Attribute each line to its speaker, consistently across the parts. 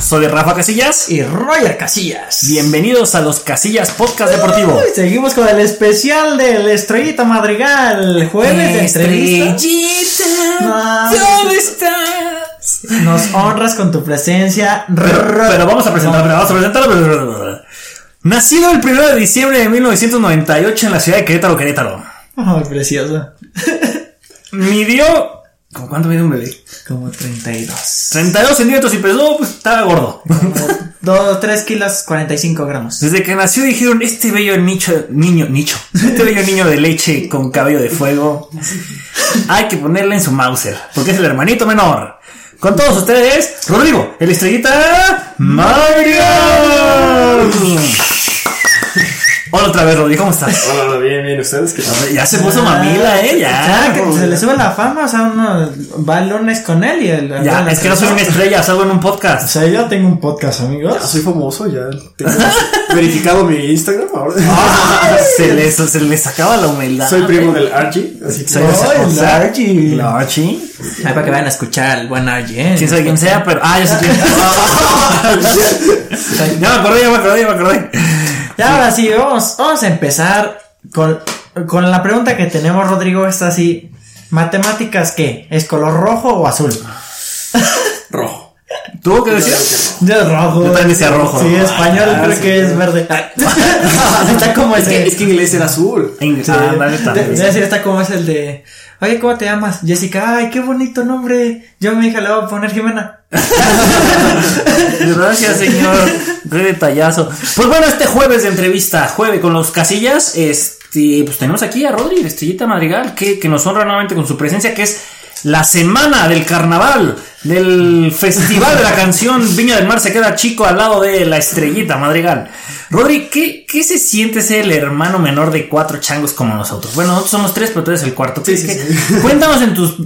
Speaker 1: Soy Rafa Casillas.
Speaker 2: y Roger Casillas.
Speaker 1: Bienvenidos a los Casillas Podcast Deportivo.
Speaker 2: Uy, seguimos con el especial del Estrellita Madrigal, jueves de entrevista.
Speaker 1: Estrellita,
Speaker 2: No.
Speaker 1: ¿dónde estás?
Speaker 2: Nos honras con tu presencia.
Speaker 1: Pero, pero vamos a presentar, pero vamos a presentar. Nacido el 1 de diciembre de 1998 en la ciudad de Querétaro, Querétaro.
Speaker 2: Ay, preciosa.
Speaker 1: Midió. ¿Cómo cuánto mide un bebé?
Speaker 2: Como 32.
Speaker 1: 32 centímetros y pesó, pues estaba gordo.
Speaker 2: Como 2, 3 kilos 45 gramos.
Speaker 1: Desde que nació dijeron, este bello nicho, niño, nicho, este bello niño de leche con cabello de fuego, hay que ponerle en su Mauser, porque es el hermanito menor. Con todos ustedes, Rodrigo, el estrellita Mario. Hola otra vez, Rodrigo, ¿cómo estás?
Speaker 3: Hola, hola, Ah, bien, bien, ¿ustedes qué tal?
Speaker 1: Ya se puso mamila, eh,
Speaker 2: Ah,
Speaker 1: ya.
Speaker 2: que se le sube la fama, o sea, uno va el lunes con él y el.
Speaker 1: Ya, es que no soy una estrella, salgo en un
Speaker 2: O
Speaker 1: podcast.
Speaker 2: sea, yo tengo un podcast, amigos.
Speaker 3: Ah, Soy famoso, ya tengo verificado mi Instagram
Speaker 1: Ah,
Speaker 3: ahora.
Speaker 1: Se le, se le sacaba la humildad.
Speaker 3: Soy primo del Archie, así que
Speaker 1: Soy-
Speaker 2: Ay,
Speaker 1: o sea,
Speaker 2: Largy.
Speaker 1: la Archie.
Speaker 2: Ay, para que vayan a escuchar al buen Argy, ¿eh?
Speaker 1: Quién sabe quién sea, pero. Ah, ya sé quién. ya me acordé, ya me acordé, ya me acordé.
Speaker 2: Y ahora sí, vamos, vamos a empezar con, con la pregunta que tenemos, Rodrigo. Está así: ¿matemáticas qué? ¿Es color rojo o azul?
Speaker 3: rojo.
Speaker 1: ¿Tú qué decías?
Speaker 2: Yo
Speaker 3: Claro
Speaker 2: es rojo.
Speaker 1: Yo también decía rojo.
Speaker 2: Sí, español
Speaker 3: Ah,
Speaker 2: creo
Speaker 3: sí.
Speaker 2: que es verde. está como
Speaker 3: que no. Es
Speaker 2: ese.
Speaker 3: que, es que inglés era azul.
Speaker 1: En-
Speaker 2: Sí.
Speaker 1: Ah, dale
Speaker 2: De- debe
Speaker 1: también.
Speaker 2: ser, está como es el de. Oye, ¿cómo te llamas? Jessica, ay, qué bonito nombre. Yo a mi hija le voy a poner Jimena.
Speaker 1: Gracias, señor. Qué detallazo. Pues bueno, este jueves de entrevista, jueves con los casillas, este, pues tenemos aquí a Rodri, de Estrellita Madrigal, que, que nos honra nuevamente con su presencia, que es la semana del carnaval, del festival de la canción Viña del Mar se queda chico al lado de la Estrellita Madrigal. Rodri, ¿qué, qué se siente ser el hermano menor de cuatro changos como nosotros? Bueno, nosotros somos tres, pero tú eres el cuarto.
Speaker 3: Sí, sí,
Speaker 1: ¿Qué-
Speaker 3: sí.
Speaker 1: Cuéntanos en tus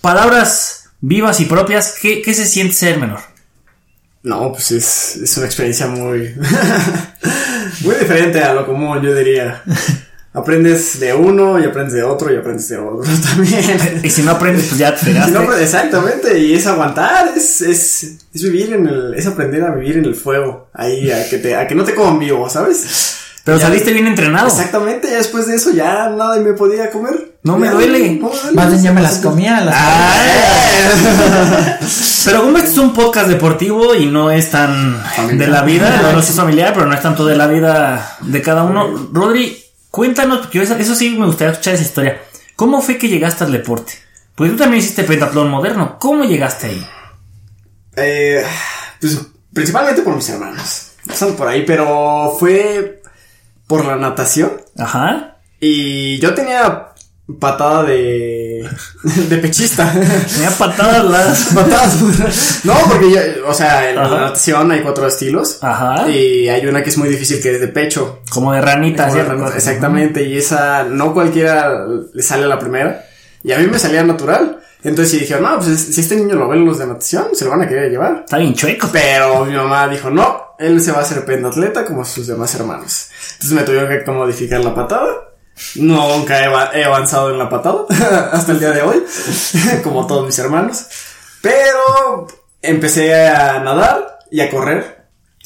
Speaker 1: palabras vivas y propias, ¿qué, qué se siente ser menor?
Speaker 3: No, pues es, es una experiencia muy, muy diferente a lo común, yo diría. Aprendes de uno y aprendes de otro y aprendes de otro también.
Speaker 1: Y si no aprendes, pues ya te
Speaker 3: Si
Speaker 1: fregaste.
Speaker 3: no, pues, exactamente, y es aguantar, es, es, es vivir en el, es aprender a vivir en el fuego, ahí, a que te, a que no te coman vivo, ¿sabes?
Speaker 1: Pero
Speaker 3: Ya.
Speaker 1: saliste bien entrenado.
Speaker 3: Exactamente, ya después de eso ya nada me podía comer.
Speaker 1: No me
Speaker 3: Ya,
Speaker 1: duele.
Speaker 3: Ah, no
Speaker 2: Más bien ya me las comía. Las
Speaker 1: Ah, Ay. Pero como este es un podcast deportivo y no es tan de la vida, no, no es familiar, pero no es tanto de la vida de cada uno. Rodri, cuéntanos, porque eso, eso sí me gustaría escuchar esa historia. ¿Cómo fue que llegaste al deporte? Pues tú también hiciste pentatlón moderno. ¿Cómo llegaste ahí?
Speaker 3: Eh, pues principalmente por mis hermanos, son por ahí, pero fue por la natación
Speaker 1: Ajá.
Speaker 3: y yo tenía patada de, de pechista.
Speaker 1: Tenía patadas las.
Speaker 3: Patadas. No, porque ya, o sea, en la
Speaker 1: Ajá.
Speaker 3: natación hay cuatro estilos.
Speaker 1: Ajá.
Speaker 3: Y hay una que es muy difícil que es de pecho.
Speaker 1: Como de ranita,
Speaker 3: Como la
Speaker 1: ¿cierto?
Speaker 3: ranita, Exactamente. Y esa no cualquiera le sale a la primera. Y a mí me salía natural. Entonces sí dije, no, pues es- si este niño lo ven los de natación, se lo van a querer llevar.
Speaker 1: Está bien chueco.
Speaker 3: Pero mi mamá dijo, no, él se va a hacer pentatleta como sus demás hermanos. Entonces me tuvieron que modificar la patada. Nunca he, va- he avanzado en la patada hasta el día de hoy, como todos mis hermanos. Pero empecé a nadar y a correr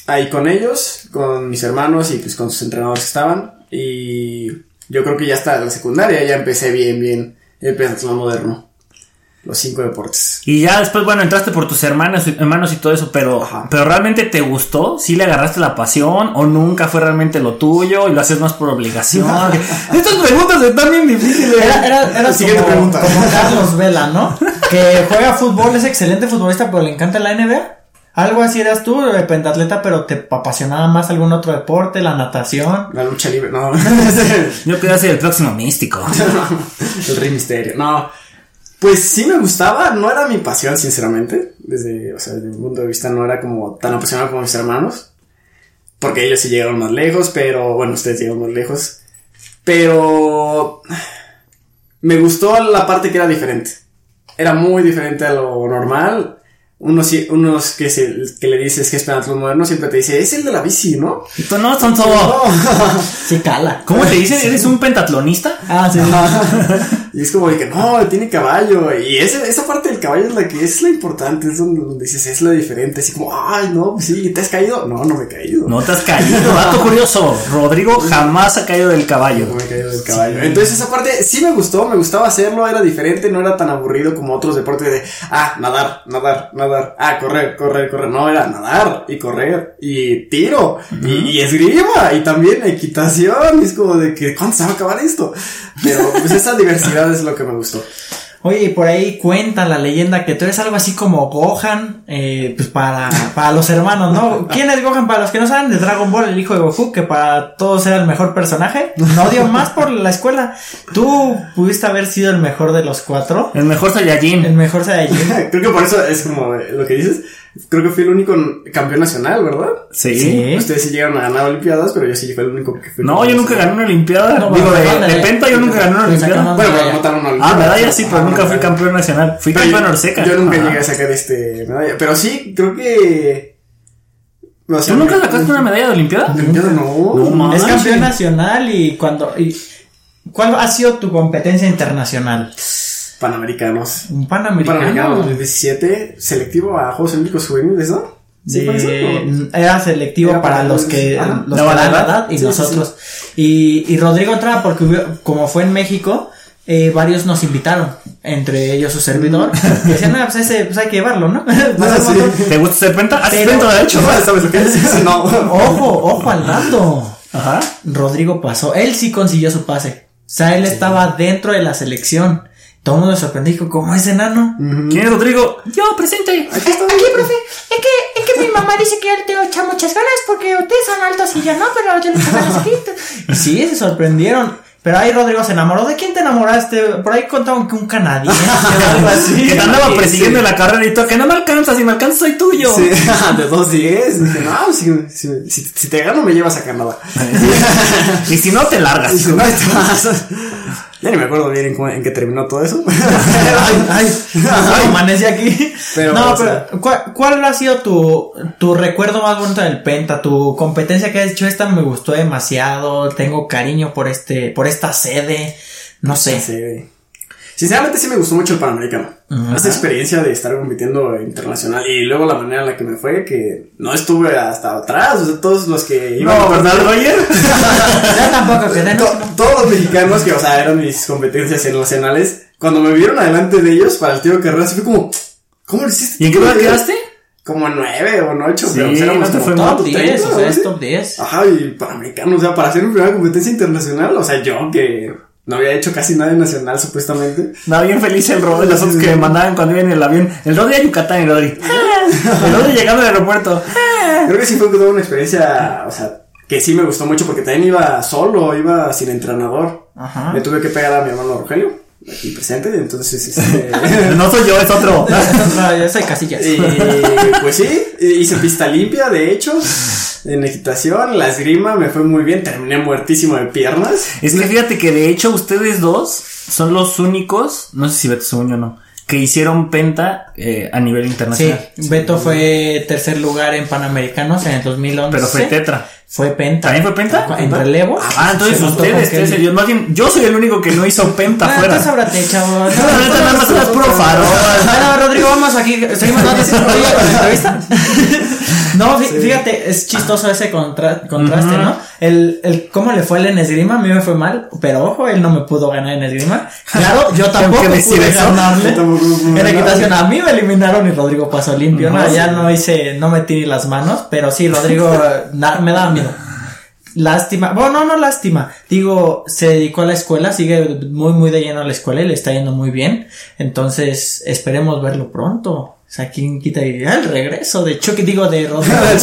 Speaker 3: ahí con ellos, con mis hermanos y pues con sus entrenadores que estaban. Y yo creo que ya hasta la secundaria ya empecé bien, bien el pentatlón moderno. Los cinco deportes.
Speaker 1: Y ya después, bueno, entraste por tus hermanos, hermanos y todo eso, pero,
Speaker 3: Ajá.
Speaker 1: pero realmente te gustó, sí le agarraste la pasión, o nunca fue realmente lo tuyo, y lo haces más por obligación. Estas preguntas están bien difíciles.
Speaker 2: Era, era, era
Speaker 3: Siguiente
Speaker 2: como,
Speaker 3: pregunta.
Speaker 2: como Carlos Vela, ¿no? Que juega fútbol, es excelente futbolista, pero le encanta la NBA. Algo así eras tú, eh, pentatleta, pero te apasionaba más algún otro deporte, la natación.
Speaker 3: La lucha libre, no. este,
Speaker 1: Yo quería ser el próximo místico.
Speaker 3: el Rey Misterio. No. Pues sí me gustaba, no era mi pasión, sinceramente. Desde, o sea, desde mi punto de vista no era como tan apasionado como mis hermanos. Porque ellos sí llegaron más lejos, pero bueno, ustedes llegaron más lejos. Pero me gustó la parte que era diferente. Era muy diferente a lo normal. Unos, sí- unos que, se, que le dices que es penatlón moderno siempre te dice, es el de la bici, ¿no?
Speaker 1: Y tú, no, tonto.
Speaker 3: No.
Speaker 2: Sí, cala.
Speaker 1: ¿Cómo te dicen? ¿Eres un pentatlonista?
Speaker 2: Ah, sí. sí.
Speaker 3: Ajá. Y es como de que no, tiene caballo. Y ese, esa parte del caballo es la que es la importante, es donde, donde dices, es la diferente. Así como, ay, no, pues sí, ¿te has caído? No, no me he caído.
Speaker 1: No te has caído, dato curioso. Rodrigo jamás ha caído del caballo.
Speaker 3: No me he caído del caballo. Entonces esa parte sí me gustó, me gustaba hacerlo, era diferente, no era tan aburrido como otros deportes de, ah, nadar, nadar, nadar, ah, correr, correr, correr. No, era nadar y correr y tiro y, y esgrima y también equitación. Y es como de que, ¿cuándo se va a acabar esto? Pero pues esa diversidad es lo que me gustó.
Speaker 2: Oye, y por ahí cuenta la leyenda que tú eres algo así como Gohan, eh, pues para, para los hermanos, ¿no? ¿Quién es Gohan? Para los que no saben, de Dragon Ball, el hijo de Goku, que para todos era el mejor personaje. No dio más por la escuela. Tú pudiste haber sido el mejor de los cuatro,
Speaker 1: El mejor
Speaker 2: el
Speaker 1: Saiyajin.
Speaker 2: mejor Saiyajin.
Speaker 3: Creo que por eso es como eh, lo que dices. Creo que fui el único campeón nacional, ¿verdad?
Speaker 1: Sí.
Speaker 2: Sí.
Speaker 3: Ustedes sí llegaron a ganar Olimpiadas, pero yo sí fui el único que fui
Speaker 1: No, yo
Speaker 3: campeón
Speaker 1: nunca
Speaker 3: nacional.
Speaker 1: gané una Olimpiada.
Speaker 2: No,
Speaker 1: Digo,
Speaker 2: bueno,
Speaker 1: de,
Speaker 2: ándale.
Speaker 1: de penta yo nunca gané una
Speaker 2: Pues acá
Speaker 1: Olimpiada.
Speaker 2: no-
Speaker 3: Bueno, pero
Speaker 2: Medalla.
Speaker 3: no tan
Speaker 1: Ah,
Speaker 3: una Olimpiada.
Speaker 1: medalla sí, pero
Speaker 3: Ah,
Speaker 1: nunca fui
Speaker 3: medalla.
Speaker 1: campeón nacional. Fui
Speaker 3: Pero
Speaker 1: campeón
Speaker 3: yo-
Speaker 1: Orseca.
Speaker 3: Yo nunca
Speaker 1: Ajá.
Speaker 3: llegué a sacar este medalla. Pero sí, creo que. No,
Speaker 1: ¿Tú nunca sacaste una medalla de Olimpiada?
Speaker 3: Olimpiada no.
Speaker 1: No, ma-
Speaker 2: Es
Speaker 1: Ah,
Speaker 2: campeón
Speaker 1: sí.
Speaker 2: nacional y cuando... y- ¿Cuál ha sido tu competencia internacional?
Speaker 3: Panamericanos.
Speaker 2: ¿Un
Speaker 3: Panamericano
Speaker 2: panamericano?
Speaker 3: 2017, selectivo a Juegos Olímpicos Juveniles, ¿no?
Speaker 2: De-
Speaker 3: Sí, fue eso, ¿no?
Speaker 2: Eh, era selectivo
Speaker 3: Era
Speaker 2: para
Speaker 3: para
Speaker 2: los
Speaker 3: los-
Speaker 2: que
Speaker 3: ajá.
Speaker 2: los
Speaker 1: La
Speaker 2: que
Speaker 1: verdad.
Speaker 2: la edad y
Speaker 3: Sí, sí,
Speaker 2: nosotros Y, y Rodrigo entraba porque hubo- como fue en México eh, varios nos invitaron entre ellos su servidor y decían "Ah, pues ese pues hay que llevarlo no Pasa un
Speaker 3: Mm. Ah, sí.
Speaker 2: montón.
Speaker 1: ¿Te gusta ser penta? Haz
Speaker 2: Pero-
Speaker 1: penta, de hecho.
Speaker 3: ¿Sabes lo que es? No.
Speaker 2: ojo ojo al dato
Speaker 1: Ajá.
Speaker 2: Rodrigo pasó él sí consiguió su pase o sea él estaba dentro de la selección todo el mundo se sorprendió dijo cómo es enano
Speaker 1: ¿Quién es Rodrigo? Yo, presente.
Speaker 3: Aquí está.
Speaker 4: Aquí, profe, es que, es que mi mamá dice que yo le echa muchas ganas porque ustedes son altos y yo no, pero yo le echo ganas aquí.
Speaker 2: Y sí, se sorprendieron. Pero ahí Rodrigo se enamoró. ¿De quién te enamoraste? Por ahí contaban que un canadiense o algo así.
Speaker 1: Que te andaba
Speaker 3: sí,
Speaker 1: persiguiendo
Speaker 3: sí.
Speaker 1: en la carrera y tú, que no me alcanzas, si me alcanzas soy tuyo.
Speaker 3: Sí, de 2-10. Dije, no, pues, si, si, si- si te gano me llevas a Canadá.
Speaker 1: Y si no, te largas.
Speaker 3: Y dije, no, esto- Ya ni me acuerdo bien en, cómo- en qué terminó todo eso.
Speaker 2: ay, ay, ay, amanece aquí.
Speaker 3: Pero,
Speaker 2: no,
Speaker 3: o sea.
Speaker 2: pero ¿cuál, cuál ha sido tu, tu recuerdo más bonito del Penta? Tu competencia que has hecho esta me gustó demasiado. Tengo cariño por este, por esta sede. No sé.
Speaker 3: Sí. Sinceramente sí me gustó mucho el Panamericano.
Speaker 2: Ajá.
Speaker 3: Esa experiencia de estar compitiendo internacional y luego la manera en la que me fue, que no estuve hasta atrás, o sea, todos los que iban...
Speaker 1: No, ¿verdad, Roger?
Speaker 2: Ya tampoco quedé, no,
Speaker 3: To- todos los mexicanos que, o sea, eran mis competencias nacionales, cuando me vieron adelante de ellos para el tiro de carrera, se fue como, ¿cómo lo hiciste?
Speaker 1: ¿Y en qué lugar quedaste?
Speaker 3: Como en nueve o en ocho,
Speaker 1: Sí,
Speaker 3: pero pues, éramos
Speaker 1: no te
Speaker 3: como
Speaker 1: fue
Speaker 2: Top
Speaker 3: top
Speaker 2: 10,
Speaker 3: 30,
Speaker 2: o sea,
Speaker 3: ¿sí?
Speaker 2: es top 10.
Speaker 3: Ajá, y panamericano, o sea, para hacer mi primera competencia internacional, o sea, yo que no había hecho casi nada en nacional, supuestamente.
Speaker 1: No, bien feliz el Rodri, las fotos que me mandaban cuando iba en el avión. El Rodri a Yucatán, el Rodri. El Rodri llegando al aeropuerto.
Speaker 3: Creo que sí fue toda una experiencia, o sea, que sí me gustó mucho porque también iba solo, iba sin entrenador.
Speaker 2: Ajá.
Speaker 3: Le tuve que pegar a mi hermano Rogelio, aquí presente, entonces, este...
Speaker 1: No soy yo, es otro.
Speaker 2: No, yo soy casillas.
Speaker 3: y, pues sí, hice pista limpia, de hecho, en equitación, la esgrima me fue muy bien, terminé muertísimo de piernas.
Speaker 1: Es que fíjate que de hecho ustedes dos son los únicos, no sé si Beto Suño o no, que hicieron penta eh, a nivel
Speaker 2: Sí,
Speaker 1: internacional.
Speaker 2: Beto fue tercer lugar en Panamericanos en el 2011.
Speaker 1: Pero fue tetra.
Speaker 2: Fue penta.
Speaker 1: ¿También fue penta?
Speaker 2: En relevo.
Speaker 1: Ah, entonces
Speaker 2: Se juntó
Speaker 1: ustedes,
Speaker 2: con Kelly.
Speaker 1: tres, yo, más bien, yo soy el único que no hizo penta
Speaker 2: Ah,
Speaker 1: fuera.
Speaker 2: tú sóbrate, chavo. No,
Speaker 1: No, neta, nada más eras puro farol.
Speaker 2: Bueno, Rodrigo, vamos aquí. Seguimos ¿no? Dices, oye, con la entrevista. No, fí- fíjate, es chistoso ese contra- contraste, ¿no? El, el cómo le fue él en esgrima, a mí me fue mal, pero ojo, él no me pudo ganar en esgrima. Claro, yo tampoco
Speaker 1: que decir
Speaker 2: pude
Speaker 1: eso.
Speaker 2: ganarle.
Speaker 3: Yo tampoco pude
Speaker 2: En
Speaker 3: ganarle.
Speaker 2: equitación a mí me eliminaron y Rodrigo pasó limpio, ¿no?
Speaker 1: Ujú.
Speaker 2: Ya no hice, no metí ni las manos, pero sí, Rodrigo na- me daba miedo. Lástima, bueno, no, no lástima. Digo, se dedicó a la escuela, sigue muy, muy de lleno a la escuela y le está yendo muy bien. Entonces, esperemos verlo pronto. O sea, quién quita y ah, el regreso de Chucky, digo, de Rodrigo.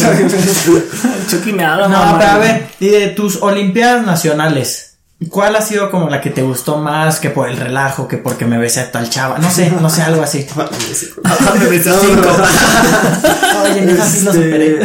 Speaker 1: Chucky me habla,
Speaker 2: no,
Speaker 1: mamá.
Speaker 2: pero a ver, y de tus Olimpiadas Nacionales, ¿cuál ha sido como la que te gustó más que por el relajo, que porque me besé a tal chava? No sé, no sé, algo así.
Speaker 1: Me besé a cinco.
Speaker 2: Oye, en esa Ah, sí lo
Speaker 3: Este,
Speaker 2: superé.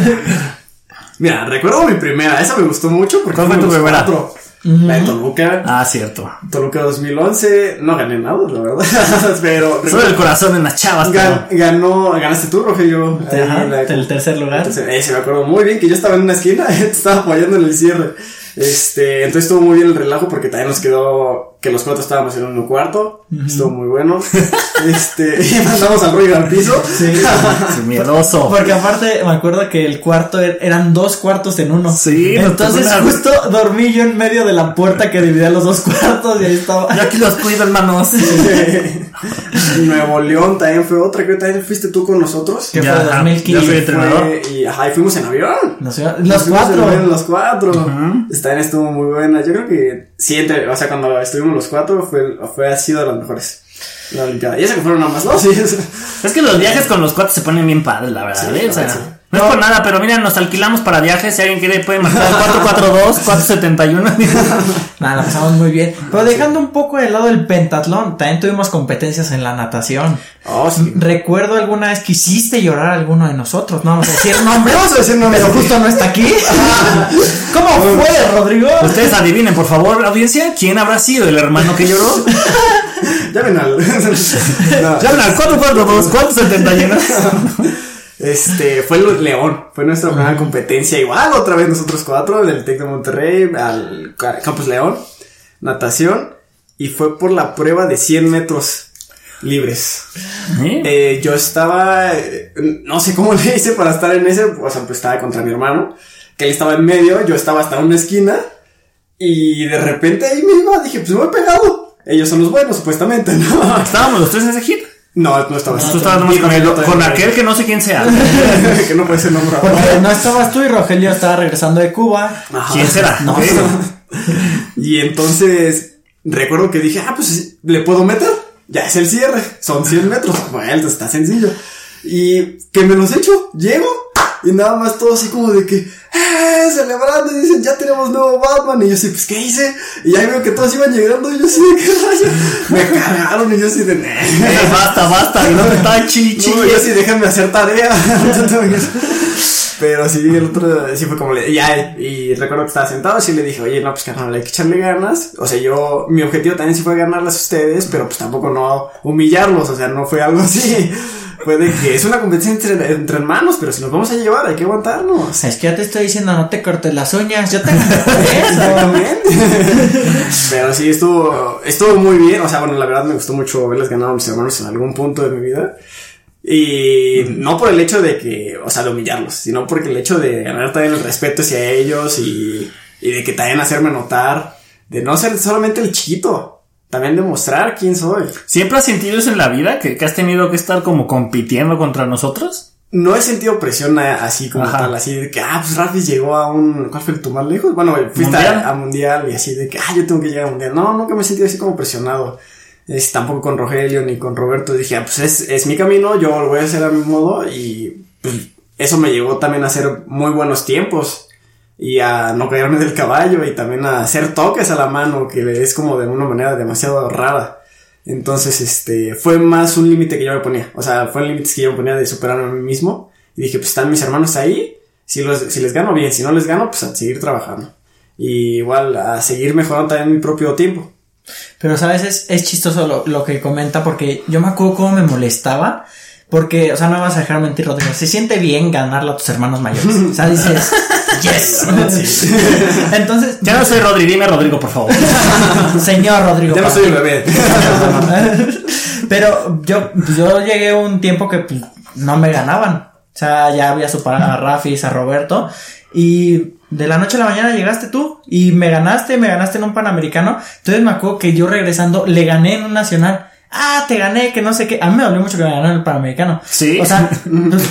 Speaker 3: Mira, recuerdo mi primera, esa me gustó mucho porque
Speaker 1: ¿Cuál fue tu
Speaker 3: los
Speaker 1: primera?
Speaker 3: cuatro. La de Toluca.
Speaker 1: Ah, cierto.
Speaker 3: Toluca 2011, no gané nada, la verdad. Pero
Speaker 1: Solo el corazón en las chavas,
Speaker 3: gan- ganó, ganaste tú, Rogelio. ahí
Speaker 2: Ajá,
Speaker 3: en la-
Speaker 2: el tercer lugar.
Speaker 3: Entonces, eh, se me acuerdo muy bien que yo estaba en una esquina, estaba apoyando en el cierre. Este, entonces estuvo muy bien el relajo porque también nos quedó que los cuatro estábamos en un cuarto. Estuvo muy bueno. este, y mandamos al ruido al piso.
Speaker 1: Su miedoso.
Speaker 2: Porque aparte me acuerdo que el cuarto er- eran dos cuartos en uno.
Speaker 1: Sí, nos
Speaker 2: Entonces
Speaker 1: tocó una-
Speaker 2: justo dormí yo en medio de la puerta que dividía los dos cuartos y ahí estaba.
Speaker 1: Yo aquí los cuido, hermanos.
Speaker 3: Nuevo León también fue otra, creo que también fuiste tú con nosotros.
Speaker 2: Que
Speaker 1: Ya,
Speaker 2: fue
Speaker 1: ajá,
Speaker 2: 2015.
Speaker 1: ya soy entrenador.
Speaker 3: Fue- y, ajá, y fuimos en avión.
Speaker 2: Nos iba-
Speaker 3: Nos
Speaker 2: los
Speaker 3: fuimos en avión
Speaker 2: cuatro.
Speaker 3: los cuatro. También estuvo muy buena. Yo creo que sí, entre- o sea, cuando estuvimos los cuatro fue, fue ha sido de las mejores. La Olimpiada. Y eso que fueron nada más dos. sí, eso.
Speaker 1: Es que los viajes con los cuatro se ponen bien padres, la verdad.
Speaker 3: Sí,
Speaker 1: ¿eh? O sea,
Speaker 3: sí.
Speaker 1: No es por nada, pero mira, nos alquilamos para viajes. Si alguien quiere, puede marcar al 442-471.
Speaker 2: Nada, la pasamos muy bien. Pero dejando un poco de lado el pentatlón, también tuvimos competencias en la natación.
Speaker 3: Oh, sí.
Speaker 2: Recuerdo alguna vez que hiciste llorar a alguno de nosotros. No vamos a decir nombres,
Speaker 3: Vamos a decir nombres.
Speaker 2: pero justo no está aquí. ¿Cómo fue, Rodrigo?
Speaker 1: Ustedes adivinen, por favor, audiencia, quién habrá sido el hermano que lloró.
Speaker 3: Llamen al. No.
Speaker 1: Llamen al 442-471.
Speaker 3: Este, fue el León, fue nuestra primera competencia igual, otra vez nosotros cuatro, del Tec de Monterrey, al ca- Campus León, natación, y fue por la prueba de 100 metros libres.
Speaker 1: ¿Eh?
Speaker 3: Eh, yo estaba, eh, no sé cómo le hice para estar en ese, o sea, pues estaba contra mi hermano, que él estaba en medio, yo estaba hasta una esquina, y de repente ahí me iba, dije, pues me he pegado, ellos son los buenos supuestamente, ¿no?
Speaker 1: Estábamos los tres en ese hit.
Speaker 3: No, no estaba.
Speaker 1: Tú estabas nomás con, el- con aquel que no sé quién sea.
Speaker 3: que no puede ser nombrado.
Speaker 2: Porque no estabas tú y Rogelio estaba regresando de Cuba.
Speaker 3: Ajá.
Speaker 1: ¿Quién será?
Speaker 2: No.
Speaker 1: ¿Eh?
Speaker 3: Y entonces recuerdo que dije, ah, pues le puedo meter. Ya es el cierre. Son 100 metros. Bueno, está sencillo. Y que me los echo. Llego. Y nada más todo así como de que, "Eh", celebrando y dicen, ya tenemos nuevo Batman. Y yo así, pues, ¿qué hice? Y ahí veo que todos iban llegando y yo así, ¿qué rayo? Me cagaron y yo así de, "Nee".
Speaker 1: Eh, basta, basta, y no te está chichi.
Speaker 3: No, yo sí, déjame hacer tarea. Yo tengo que- Pero sí, el otro, sí fue como le. Ya, y recuerdo que estaba sentado, sí le dije, oye, no, pues carnal, hay que echarle ganas. O sea, yo, mi objetivo también sí fue ganarlas a ustedes, pero pues tampoco no humillarlos, o sea, no fue algo así. Fue de que es una competencia entre, entre hermanos, pero si nos vamos a llevar, hay que
Speaker 2: O
Speaker 3: aguantarnos.
Speaker 2: sea, es que ya te estoy diciendo, no te cortes las uñas, yo te eso.
Speaker 3: Exactamente. Pero sí, estuvo, estuvo muy bien. O sea, bueno, la verdad me gustó mucho verles ganar a mis hermanos en algún punto de mi vida. Y no por el hecho de que, o sea, de humillarlos, sino porque el hecho de ganar también el respeto hacia ellos y, y de que también hacerme notar, de no ser solamente el chiquito, también demostrar quién soy.
Speaker 1: ¿Siempre has sentido eso en la vida? ¿Que, que has tenido que estar como compitiendo contra nosotros?
Speaker 3: No he sentido presión a- así como
Speaker 1: Ajá.
Speaker 3: tal, así de que, ah, pues Rafis llegó a un, ¿cuál fue el tu más lejos? Bueno, fuiste
Speaker 1: Mundial.
Speaker 3: A, a mundial y así de que, ah, yo tengo que llegar a mundial. No, nunca me he sentido así como presionado. Es, tampoco con Rogelio ni con Roberto. Dije, ah, pues es, es mi camino, yo lo voy a hacer a mi modo y pues, eso me llevó también a hacer muy buenos tiempos y a no caerme del caballo y también a hacer toques a la mano que es como de una manera demasiado rara. Entonces, este, fue más un límite que yo me ponía. O sea, fue límites que yo me ponía de superarme a mí mismo. Y dije, pues están mis hermanos ahí. Si, los, si les gano bien, si no les gano, pues a seguir trabajando. Y igual a seguir mejorando también mi propio tiempo.
Speaker 2: Pero sabes, es, es chistoso lo, lo que comenta porque yo me acuerdo cómo me molestaba. Porque, o sea, no me vas a dejar mentir, Rodrigo. Se siente bien ganarla a tus hermanos mayores. O sea, dices, yes. Entonces,
Speaker 1: Ya no soy Rodri, dime Rodrigo, por favor.
Speaker 2: señor Rodrigo.
Speaker 3: Ya no
Speaker 2: para
Speaker 3: soy
Speaker 2: ti.
Speaker 3: el bebé.
Speaker 2: Pero yo, yo llegué a un tiempo que pues, no me ganaban. O sea, ya había superado a Rafis, a Roberto. Y de la noche a la mañana llegaste tú y me ganaste, me ganaste en un panamericano. Entonces me acuerdo que yo regresando le gané en un nacional. Ah, te gané, que no sé qué. A mí me dolió mucho que me ganó en el panamericano.
Speaker 1: Sí.
Speaker 2: O sea,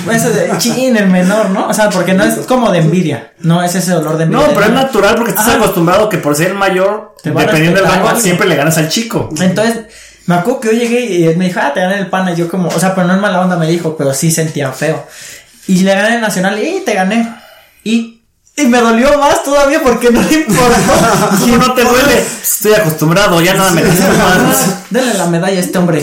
Speaker 2: pues, eso de chin, el menor, ¿no? O sea, porque no es como de envidia. No es ese dolor de
Speaker 1: No,
Speaker 2: envidia.
Speaker 1: pero es natural porque estás
Speaker 2: Ah.
Speaker 1: acostumbrado que por ser el mayor,
Speaker 2: Te va a
Speaker 1: dependiendo del
Speaker 2: respetar o
Speaker 1: rango,
Speaker 2: algo.
Speaker 1: siempre le ganas al chico.
Speaker 2: Entonces, me acuerdo que yo llegué y él me dijo, ah, te gané el pana. Y yo como, o sea, pero no es mala onda, me dijo, pero sí sentía feo. Y le gané el nacional y te gané. Y, y me dolió más todavía porque no le importó.
Speaker 1: ¿Cómo no te duele? Estoy acostumbrado, ya nada me dice
Speaker 3: Ah.
Speaker 1: más.
Speaker 2: Denle la medalla a este hombre.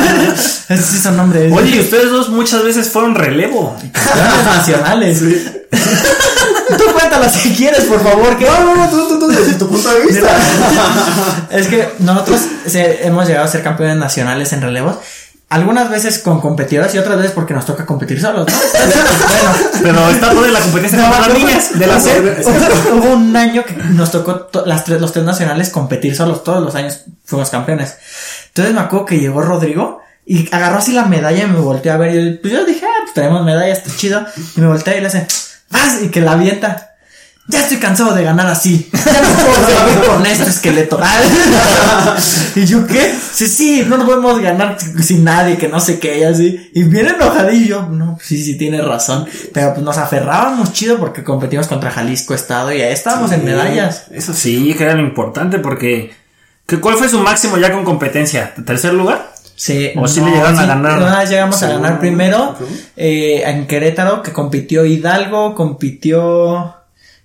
Speaker 2: Ese sí son nombres.
Speaker 1: Oye, y ustedes dos muchas veces fueron relevo.
Speaker 2: Campeones nacionales. Tú cuéntala si quieres, por favor. Que...
Speaker 3: No, no, tú, tú, tú, desde tu punto de vista.
Speaker 2: es que nosotros se- hemos llegado a ser campeones nacionales en relevos algunas veces con competidoras y otras veces porque nos toca competir solos, ¿no? bueno,
Speaker 1: Pero está toda la competencia de las niñas de la
Speaker 3: Sí.
Speaker 1: SEP.
Speaker 2: hubo, hubo un año que nos tocó to- las tres, los tres nacionales competir solos, todos los años fuimos campeones. Entonces me acuerdo que llegó Rodrigo y agarró así la medalla y me volteó a ver. Y yo, pues yo dije, ah, pues tenemos medalla, está chido. Y me volteé y le hace, vas, y que la avienta. Ya estoy cansado de ganar así. Ya no puedo seguir con este esqueleto. y yo, ¿qué? Sí, sí, no nos podemos ganar sin nadie, que no sé qué, y así. Y bien enojadillo. No, sí, sí, tiene razón. Pero pues nos aferrábamos chido porque competimos contra Jalisco Estado y ahí estábamos en medallas.
Speaker 3: eh, Eso sí.
Speaker 1: Sí, que era lo importante porque. ¿qué- ¿Cuál fue su máximo ya con competencia? ¿Tercer lugar?
Speaker 2: Sí,
Speaker 1: O sí le llegaron a ganar.
Speaker 2: Una vez llegamos a
Speaker 3: Según-
Speaker 2: ganar primero
Speaker 3: Ujú.
Speaker 2: eh, en Querétaro, que compitió Hidalgo, compitió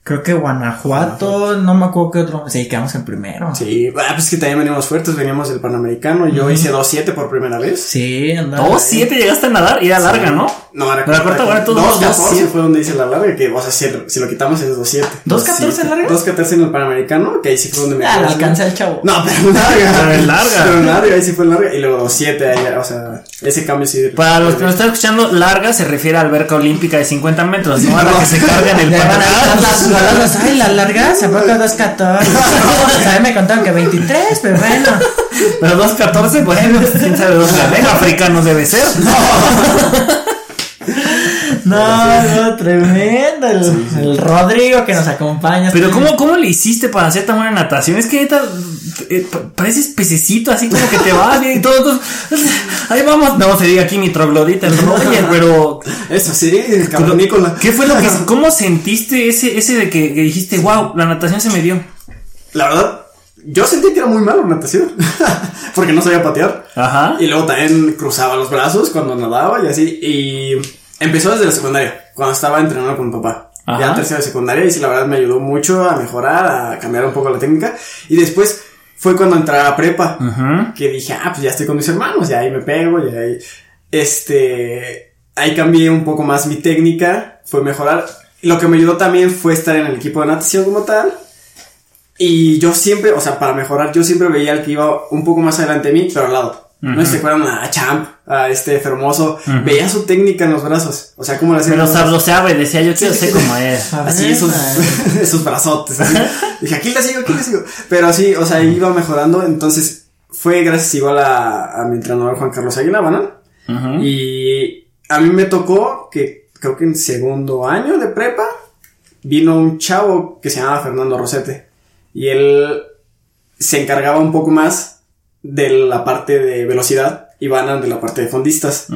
Speaker 2: creo que Guanajuato, no me acuerdo qué otro. Sí, quedamos en primero.
Speaker 3: Sí, ah, pues que también veníamos fuertes, veníamos del Panamericano. Yo hice 2-7 por primera vez.
Speaker 2: Sí, andaba.
Speaker 1: Todos siete llegaste a nadar y era larga, ¿no?
Speaker 3: No, ahora
Speaker 1: Pero la corta, bueno, todos dos,
Speaker 3: 2-14
Speaker 1: dos,
Speaker 3: fue donde hice la larga, que, o sea, si, si lo quitamos es 2-7.
Speaker 2: 2-14 en larga?
Speaker 3: 2-14 en el Panamericano, que ahí sí fue donde me
Speaker 2: Ah,
Speaker 3: quedé.
Speaker 2: le alcanza el chavo.
Speaker 3: No, pero en larga.
Speaker 1: Pero en larga.
Speaker 3: Pero en larga, ahí sí fue en larga. Y luego 2-7, ahí, o sea, ese cambio sí.
Speaker 1: Para los que nos están escuchando, larga se refiere a alberca olímpica de 50 metros, no a la que se carga en el
Speaker 2: Le van a dar
Speaker 1: paracaídas.
Speaker 2: las baladas. Ay, la larga se fue con 2.14. A mí me contaron que 23, pero bueno.
Speaker 1: Pero 2.14, bueno, quién sabe dónde africanos debe ser.
Speaker 2: No, no, tremendo. El, el Rodrigo que nos acompaña.
Speaker 1: Pero ¿cómo, ¿cómo le hiciste para hacer tan buena natación? Es que neta, eh, pa- pareces pececito, así como que te vas y todo. todo- Ahí vamos. No, se diga aquí mi troglodita, el Roger, pero...
Speaker 3: Eso sí, el cabrón Nicola.
Speaker 1: ¿Qué fue lo que... ¿Cómo sentiste ese, ese de que, que dijiste, wow, la natación se me dio?
Speaker 3: La verdad, yo sentí que era muy malo en natación. porque no sabía patear.
Speaker 1: Ajá.
Speaker 3: Y luego también cruzaba los brazos cuando nadaba y así. Y empezó desde la secundaria, cuando estaba entrenando con mi papá.
Speaker 1: Ajá.
Speaker 3: Ya en tercero de secundaria, y sí, la verdad me ayudó mucho a mejorar, a cambiar un poco la técnica. Y después fue cuando entré a prepa,
Speaker 1: Ujú.
Speaker 3: que dije, ah, pues ya estoy con mis hermanos, ya ahí me pego, ya ahí. Este. Ahí cambié un poco más mi técnica, fue mejorar. Lo que me ayudó también fue estar en el equipo de natación como tal. Y yo siempre, o sea, para mejorar, yo siempre veía al que iba un poco más adelante de mí, pero al lado. No sé si fueran a Champ, a este Fermoso. Veía su técnica en los brazos. O sea, cómo le hacía.
Speaker 1: Me lo
Speaker 3: los brazos.
Speaker 1: sabroseaba y decía, yo quiero ser como es.
Speaker 2: A
Speaker 3: Así,
Speaker 2: ver,
Speaker 3: esos, esos brazotes. así. Dije, aquí le sigo, aquí le sigo. Pero sí, o sea, iba mejorando. Entonces, fue gracias igual a, a mi entrenador Juan Carlos Aguilar, ¿no?
Speaker 1: Ujú.
Speaker 3: Y a mí me tocó que creo que en segundo año de prepa vino un chavo que se llamaba Fernando Rosete. Y él se encargaba un poco más de la parte de velocidad y Vanan de la parte de fondistas.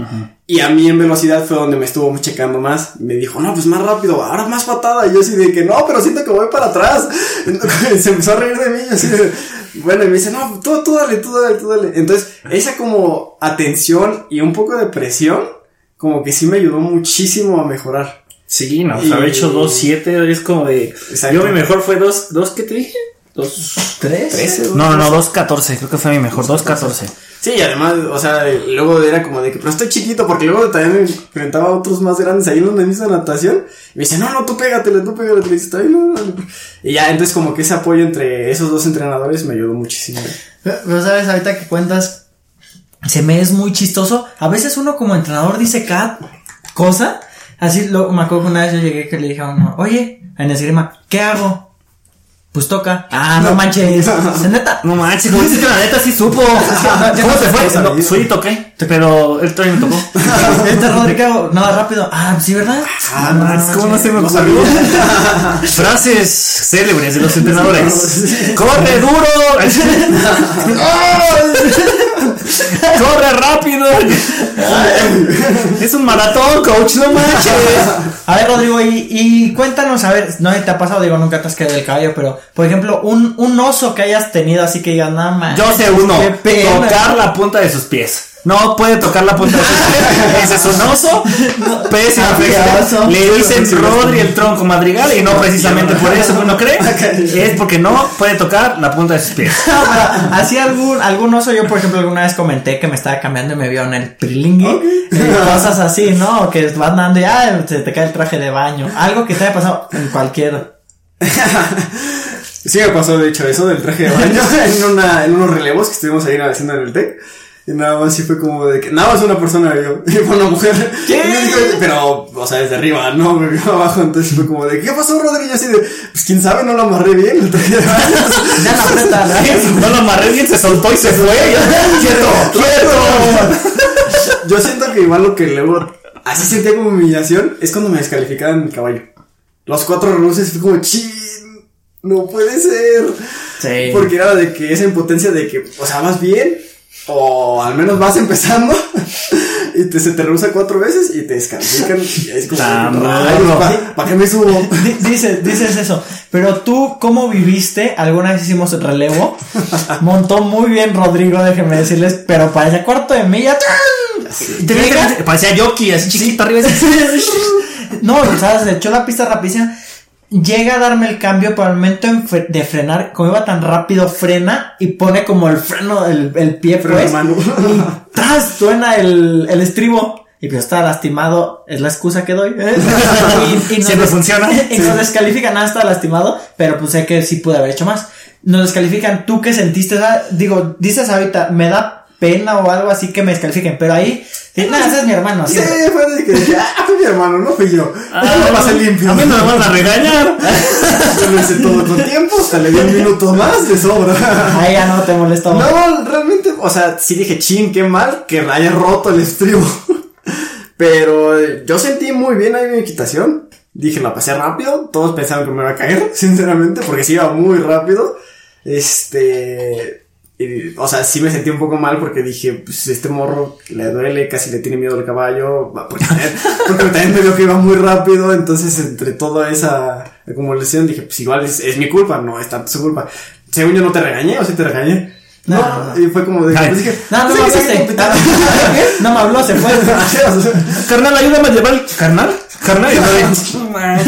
Speaker 3: Y a mí en velocidad fue donde me estuvo checando más. Me dijo, no, pues más rápido, ahora más patada. Y yo así de que no, pero siento que voy para atrás. Se empezó a reír de mí. yo así de- bueno, y me dice, no, tú, tú dale, tú dale, tú dale. Entonces, esa como atención y un poco de presión, como que sí me ayudó muchísimo a mejorar.
Speaker 1: Sí, no,
Speaker 3: Y-
Speaker 1: pues, haber hecho 2.7 es como de.
Speaker 3: Exacto.
Speaker 1: Yo mi mejor fue 2, dos, ¿qué te dije? 2.
Speaker 2: ¿Tres?
Speaker 1: No, no, 2.14, creo que fue mi mejor, 2.14.
Speaker 3: Sí, y además, o sea, luego era como de que, pero estoy chiquito, porque luego también me enfrentaba a otros más grandes ahí en donde me hizo natación. Y me dice, no, no, tú pégatele, tú pégatele. Y, dice, "Está bien, no, no". y ya, entonces, como que ese apoyo entre esos dos entrenadores me ayudó muchísimo.
Speaker 2: Pero sabes, ahorita que cuentas, se me es muy chistoso. A veces uno como entrenador dice cada cosa. Así lo, me acuerdo que una vez yo llegué que le dije a uno, oye, en esgrima, ¿qué hago? Pues toca. Ah, no, manches. ¿Es neta?
Speaker 1: No manches, como dices que la neta sí supo.
Speaker 2: no, yo
Speaker 1: ¿Cómo
Speaker 2: no
Speaker 1: te
Speaker 2: sé
Speaker 1: fue?
Speaker 3: cosa,
Speaker 1: No,
Speaker 3: amigo.
Speaker 1: fui y toqué, pero el tren me tocó.
Speaker 2: Este Rodrigo, no, rápido. Ah, sí, ¿verdad?
Speaker 3: Ah, no, es como no se me ocurrió.
Speaker 1: Frases célebres de los entrenadores. ¡Corre duro! ¡Corre rápido! es un maratón, coach, no manches.
Speaker 2: A ver, Rodrigo, y, y cuéntanos, a ver, no te ha pasado, digo, nunca te has quedado del caballo, pero, por ejemplo, un, un oso que hayas tenido así que digas, nada más.
Speaker 1: Yo sé uno.
Speaker 2: Qué pena.
Speaker 1: Tocar la punta de sus pies. No puede tocar la punta de sus pies. Ah, Ese es un oso. Pésimo.
Speaker 2: Asqueroso.
Speaker 1: Le dicen Rodri el tronco madrigal y no precisamente por eso uno cree. Es porque no puede tocar la punta de sus pies.
Speaker 2: No, pero así algún, algún oso, yo por ejemplo alguna vez comenté que me estaba cambiando y me vio en el prilingui, eh, cosas así, ¿no? Que vas andando y ah, se te cae el traje de baño, algo que te haya pasado en cualquier...
Speaker 3: Sí, me pasó, de hecho, eso del traje de baño en, una, en unos relevos que estuvimos ahí haciendo en el TEC. Y nada más sí fue como de que nada más una persona me vio. Y fue una mujer. Y yo dije, pero, o sea, desde arriba, no me vio abajo. Entonces fue como de, ¿qué pasó, Rodrigo? Y yo así de, pues quién sabe, no lo amarré bien. lo traía de baño".
Speaker 2: Ya la aprieta, ¿no?
Speaker 1: No lo amarré bien, se soltó y se fue. ¡Quieto! ¡Quieto!
Speaker 3: Yo siento que igual lo que luego así sentía como humillación es cuando me descalificaban mi caballo. Los cuatro luces fue como chin, no puede ser.
Speaker 1: Eh,
Speaker 2: Sí.
Speaker 3: Porque era de que esa impotencia de que, o sea, vas bien, o al menos vas empezando, y te, se te rehúsa cuatro veces y te descalifican. Y es como,
Speaker 1: Tamarro.
Speaker 3: ¿para pues, qué me subo?
Speaker 2: Di- Dices, dices eso, pero tú, ¿cómo viviste? Alguna vez hicimos relevo, montó muy bien Rodrigo, déjenme decirles, pero para ese cuarto de milla, ¡tran! Llega-
Speaker 1: Parecía Yoki, así chiquito arriba. así.
Speaker 2: No, o sea, se echó la pista rapidísima. Llega a darme el cambio, pero al momento en fre- de frenar, como iba tan rápido, frena y pone como el freno, el, el pie,
Speaker 3: Freno
Speaker 2: pues,
Speaker 3: de mano.
Speaker 2: Y tras suena el, el estribo. Y pues está lastimado, es la excusa que doy. Y- y nos
Speaker 1: Siempre
Speaker 2: des-
Speaker 1: funciona.
Speaker 2: Y nos descalifican, ah, está lastimado, pero pues sé que sí pude haber hecho más. Nos descalifican, ¿tú qué sentiste? O sea, digo, dices ahorita, me da pena o algo así que me descalifiquen, pero ahí, nada, ese es mi hermano.
Speaker 3: Sí,
Speaker 2: siempre.
Speaker 3: fue de que dije, ah, fue mi hermano, no fui yo.
Speaker 1: Ah,
Speaker 3: lo pasé limpio.
Speaker 1: A mí no me van a regañar.
Speaker 3: Yo lo hice todo con tiempo, hasta le di un minuto más de sobra.
Speaker 2: Ahí ya no te molestó.
Speaker 3: No, realmente, o sea, sí dije, chin, qué mal que me haya roto el estribo. Pero eh, yo sentí muy bien ahí mi equitación. Dije, la pasé rápido. Todos pensaban que me iba a caer, sinceramente, porque sí iba muy rápido. Este. y, o sea, sí me sentí un poco mal porque dije, pues este morro le duele, casi le tiene miedo al caballo. va, Porque también, porque también me vio que iba muy rápido. Entonces, entre toda esa acumulación, dije, pues igual es, es mi culpa, no es tanto su culpa. Según yo, no te regañé, o sí te regañé. No,
Speaker 2: No, no, no.
Speaker 3: y fue como de.
Speaker 1: Ay.
Speaker 3: pues dije,
Speaker 2: No, no
Speaker 3: pues
Speaker 2: me
Speaker 3: hay que
Speaker 2: hablaste. Ah,
Speaker 3: seguir
Speaker 2: No me habló, se fue.
Speaker 3: compitiendo.
Speaker 1: Carnal, ayúdame a llevar el... ¿Carnal? Carnal,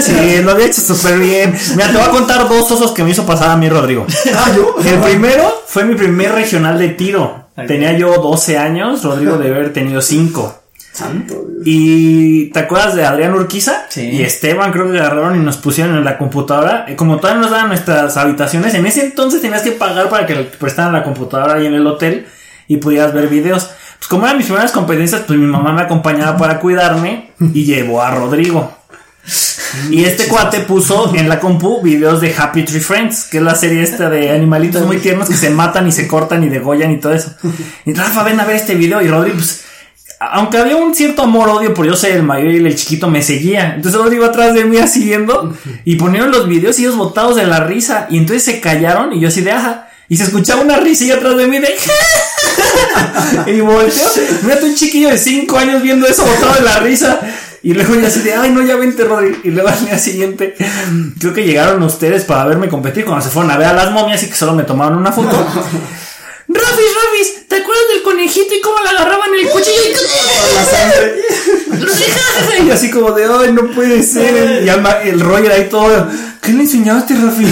Speaker 1: Sí, lo había hecho súper bien. Mira, te voy a contar dos osos que me hizo pasar a mí, Rodrigo.
Speaker 3: Ah, yo.
Speaker 1: El primero fue mi primer regional de tiro. Tenía yo 12 años, Rodrigo debe haber tenido 5.
Speaker 3: Santo Dios.
Speaker 1: Y ¿te acuerdas de Adrián Urquiza?
Speaker 2: Sí.
Speaker 1: Y Esteban creo que agarraron y nos pusieron en la computadora. Y Como todavía nos daban nuestras habitaciones, en ese entonces tenías que pagar para que te prestaran la computadora ahí en el hotel y pudieras ver videos. Pues como eran mis primeras competencias, pues mi mamá me acompañaba para cuidarme y llevó a Rodrigo. Y este cuate puso en la compu videos de Happy Tree Friends, que es la serie esta de animalitos muy tiernos que se matan y se cortan y degollan y todo eso. Y Rafa, ven a ver este video. Y Rodrigo, pues, aunque había un cierto amor-odio por yo ser el mayor y él el chiquito me seguía. Entonces Rodrigo atrás de mí así siguiendo y ponieron los videos y ellos botados de la risa. Y entonces se callaron y yo así de ajá. Y se escuchaba una risa y atrás de mí de... Y volteo, mira un chiquillo de 5 años viendo eso botado de la risa. Y luego ya así de, ay, no, ya vente, Rodri. Y luego al día siguiente, creo que llegaron ustedes para verme competir cuando se fueron a ver a las momias y que solo me tomaron una foto. Rafis, Rafis, ¿te acuerdas del conejito y cómo le agarraban el cuchillo?
Speaker 3: La sangre.
Speaker 1: Y así como de, ay, no puede ser. Y al ma- el Roger ahí todo, ¿qué le enseñaste, Rafi?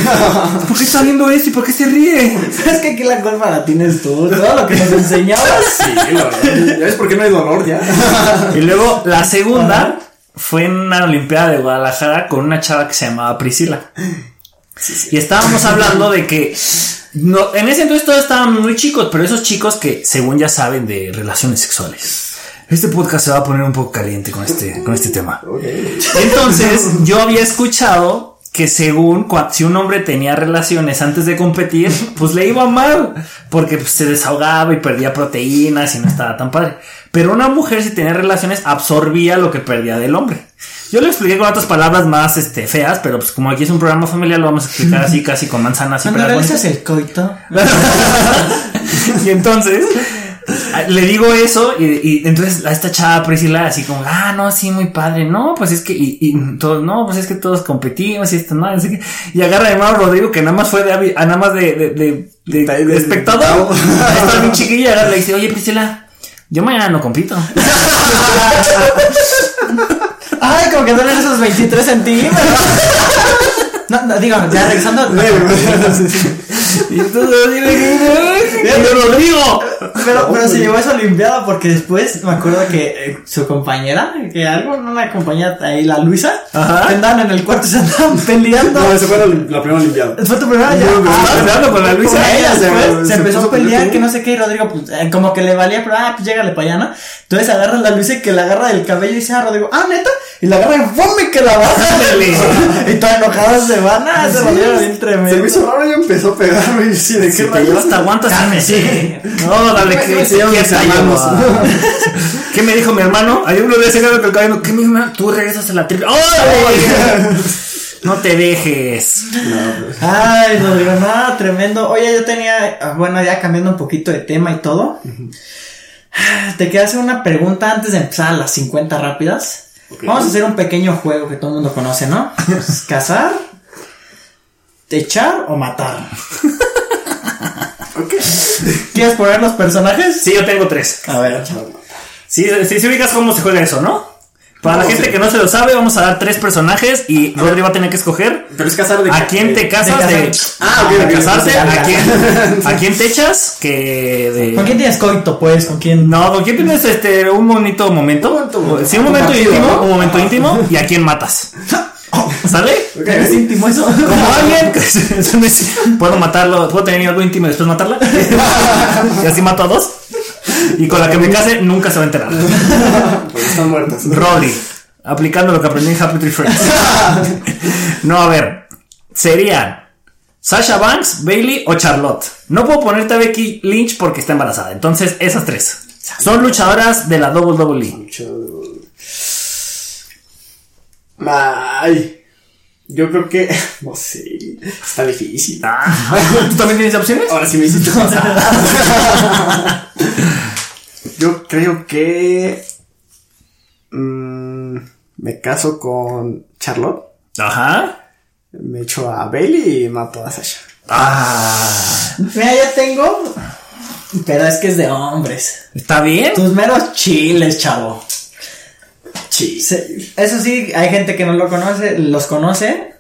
Speaker 1: ¿Por qué está viendo esto y por qué se ríe?
Speaker 2: Es que aquí la culpa la tienes tú. Todo lo que nos enseñabas.
Speaker 3: Sí, la verdad. ¿Ya ves por qué no hay dolor ya?
Speaker 1: Y luego la segunda fue en una Olimpiada de Guadalajara con una chava que se llamaba Priscila. Y estábamos hablando de que no, en ese entonces todos estábamos muy chicos, pero esos chicos que según ya saben de relaciones sexuales. Este podcast se va a poner un poco caliente con este, con este tema.
Speaker 3: Ok.
Speaker 1: Entonces, yo había escuchado que según cua- si un hombre tenía relaciones antes de competir, pues le iba mal, porque pues, se desahogaba y perdía proteínas y no estaba tan padre. Pero una mujer si tenía relaciones absorbía lo que perdía del hombre. Yo lo expliqué con otras palabras más este, feas, pero pues como aquí es un programa familiar lo vamos a explicar así casi con manzanas y
Speaker 2: Cuando
Speaker 1: peras
Speaker 2: realizas el coito.
Speaker 1: y entonces a- le digo eso y, y entonces a esta chava Priscila así como, ah, no, sí, muy padre, no, pues es que, y, y todos, no, pues es que todos competimos y esto, no, así que, y agarra de mano a Rodrigo que nada más fue de, avi- a nada más de, de, de, de- de
Speaker 3: de-
Speaker 1: espectador, está bien chiquilla, agarra y le dice, oye Priscila, yo mañana no compito.
Speaker 2: Ay, como que duelen esos 23 centímetros. No, no, digo, ya regresando.
Speaker 3: Sí, sí, sí.
Speaker 1: Y entonces así de que, ¡ay, señor Rodrigo!
Speaker 2: Pero, pero se llevó esa Olimpiada porque después me acuerdo que eh, su compañera, que algo, una compañera ahí, la Luisa,
Speaker 1: Ajá.
Speaker 2: se andaban en el cuarto, se andaban peleando.
Speaker 3: No, esa fue la, la primera Olimpiada.
Speaker 2: Fue tu primera ya.
Speaker 3: No,
Speaker 2: Ah,
Speaker 3: no,
Speaker 1: hablando con la
Speaker 2: Pues,
Speaker 1: Luisa.
Speaker 3: Con
Speaker 2: ella
Speaker 3: ella se-
Speaker 2: después se
Speaker 3: se
Speaker 2: empezó a
Speaker 3: puso con
Speaker 2: pelear
Speaker 3: Lupe.
Speaker 2: que no sé qué y Rodrigo pues, eh, como que le valía pero ah pues llégale para allá no entonces agarra la Luisa que la agarra del cabello y dice ah Rodrigo ah neta y la agarra y ¡fum! y que la baja
Speaker 1: Ándale.
Speaker 2: y toda enojada se van ah se volvieron bien
Speaker 3: Se me
Speaker 2: tremendo
Speaker 3: hizo raro y empezó a pegarme. Y sí, ¿de qué
Speaker 1: Si te
Speaker 3: rayos?
Speaker 1: llevo hasta aguantas, dame, sí. No, dale,
Speaker 3: Pues,
Speaker 1: que
Speaker 3: pues,
Speaker 1: que
Speaker 3: llevan
Speaker 1: ya
Speaker 3: mis
Speaker 1: está,
Speaker 3: hermanos.
Speaker 1: lleva. ¿Qué me dijo mi hermano? Hay uno de ese grado que el cabrón, ¿qué mi hermano? Tú regresas a la tribu. ¡Órale! No te dejes.
Speaker 2: ay Rodrigo no tremendo oye yo tenía ah, bueno ya cambiando un poquito de tema y todo Ah, te quiero hacer una pregunta antes de empezar las 50 rápidas
Speaker 3: Ok.
Speaker 2: Vamos a hacer un pequeño juego que todo el mundo conoce, ¿no? Es cazar, echar o matar.
Speaker 3: Ok.
Speaker 2: ¿Quieres poner los personajes?
Speaker 1: Sí, yo tengo tres.
Speaker 2: A ver,
Speaker 1: Sí, sí, sí ubicas cómo se juega eso, ¿no? Para la
Speaker 3: No,
Speaker 1: gente
Speaker 3: sí.
Speaker 1: que no se lo sabe, vamos a dar tres personajes y Rodri va a tener que escoger
Speaker 3: Pero es casar de eh,
Speaker 1: a quién te casas
Speaker 2: de
Speaker 1: de,
Speaker 2: casar.
Speaker 3: Ah, ok,
Speaker 1: de
Speaker 3: ok,
Speaker 1: casarte,
Speaker 3: ok, ok.
Speaker 1: a quién, a quién te echas, que de...
Speaker 2: ¿con quién tienes coito, pues? ¿Con quién no?
Speaker 1: No, ¿con quién tienes este, un bonito
Speaker 3: Un
Speaker 1: momento?
Speaker 3: momento-
Speaker 1: Sí, un momento
Speaker 3: compartido,
Speaker 1: íntimo,
Speaker 3: ¿no?
Speaker 1: un momento íntimo, y a quién matas. ¿Sale?
Speaker 3: Ok.
Speaker 2: ¿Es íntimo eso?
Speaker 1: Como alguien, puedo matarlo, puedo tener algo íntimo y después matarla. Y así mato a dos. Y con la que me case nunca se va a enterar.
Speaker 3: Pues están muertas.
Speaker 1: Rodri, aplicando lo que aprendí en Happy Tree Friends. No, a ver, serían Sasha Banks, Bailey o Charlotte. No puedo ponerte a Becky Lynch porque está embarazada. Entonces, esas tres son luchadoras de la E. WWE.
Speaker 3: Ay. Yo creo que. No sé. Está difícil.
Speaker 1: Ah, ¿Tú también tienes opciones?
Speaker 3: Ahora sí me hiciste pensar. Yo creo que. mm, me caso con Charlotte.
Speaker 1: Ajá.
Speaker 3: Me echo a Bailey y mato a Sasha.
Speaker 1: Ah,
Speaker 2: Mira, ya tengo. Pero es que es de hombres.
Speaker 1: ¿Está bien?
Speaker 2: Tus meros chiles, chavo.
Speaker 3: Sí.
Speaker 2: Se- eso sí, hay gente que no lo conoce, los conoce,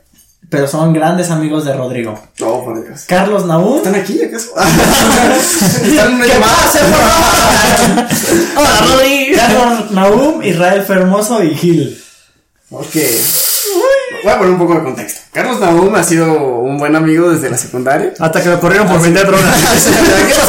Speaker 2: pero son grandes amigos de Rodrigo.
Speaker 3: Oh, por Dios.
Speaker 2: Carlos Naúm.
Speaker 3: ¿Están aquí acaso? ¿Están en una llamada?
Speaker 1: Hola, Rodri.
Speaker 2: Carlos Naum, Israel Fermoso y Gil.
Speaker 3: Ok. Voy a poner un poco de contexto. Carlos Naum ha sido un buen amigo desde la secundaria.
Speaker 1: Hasta que lo corrieron por vender drogas.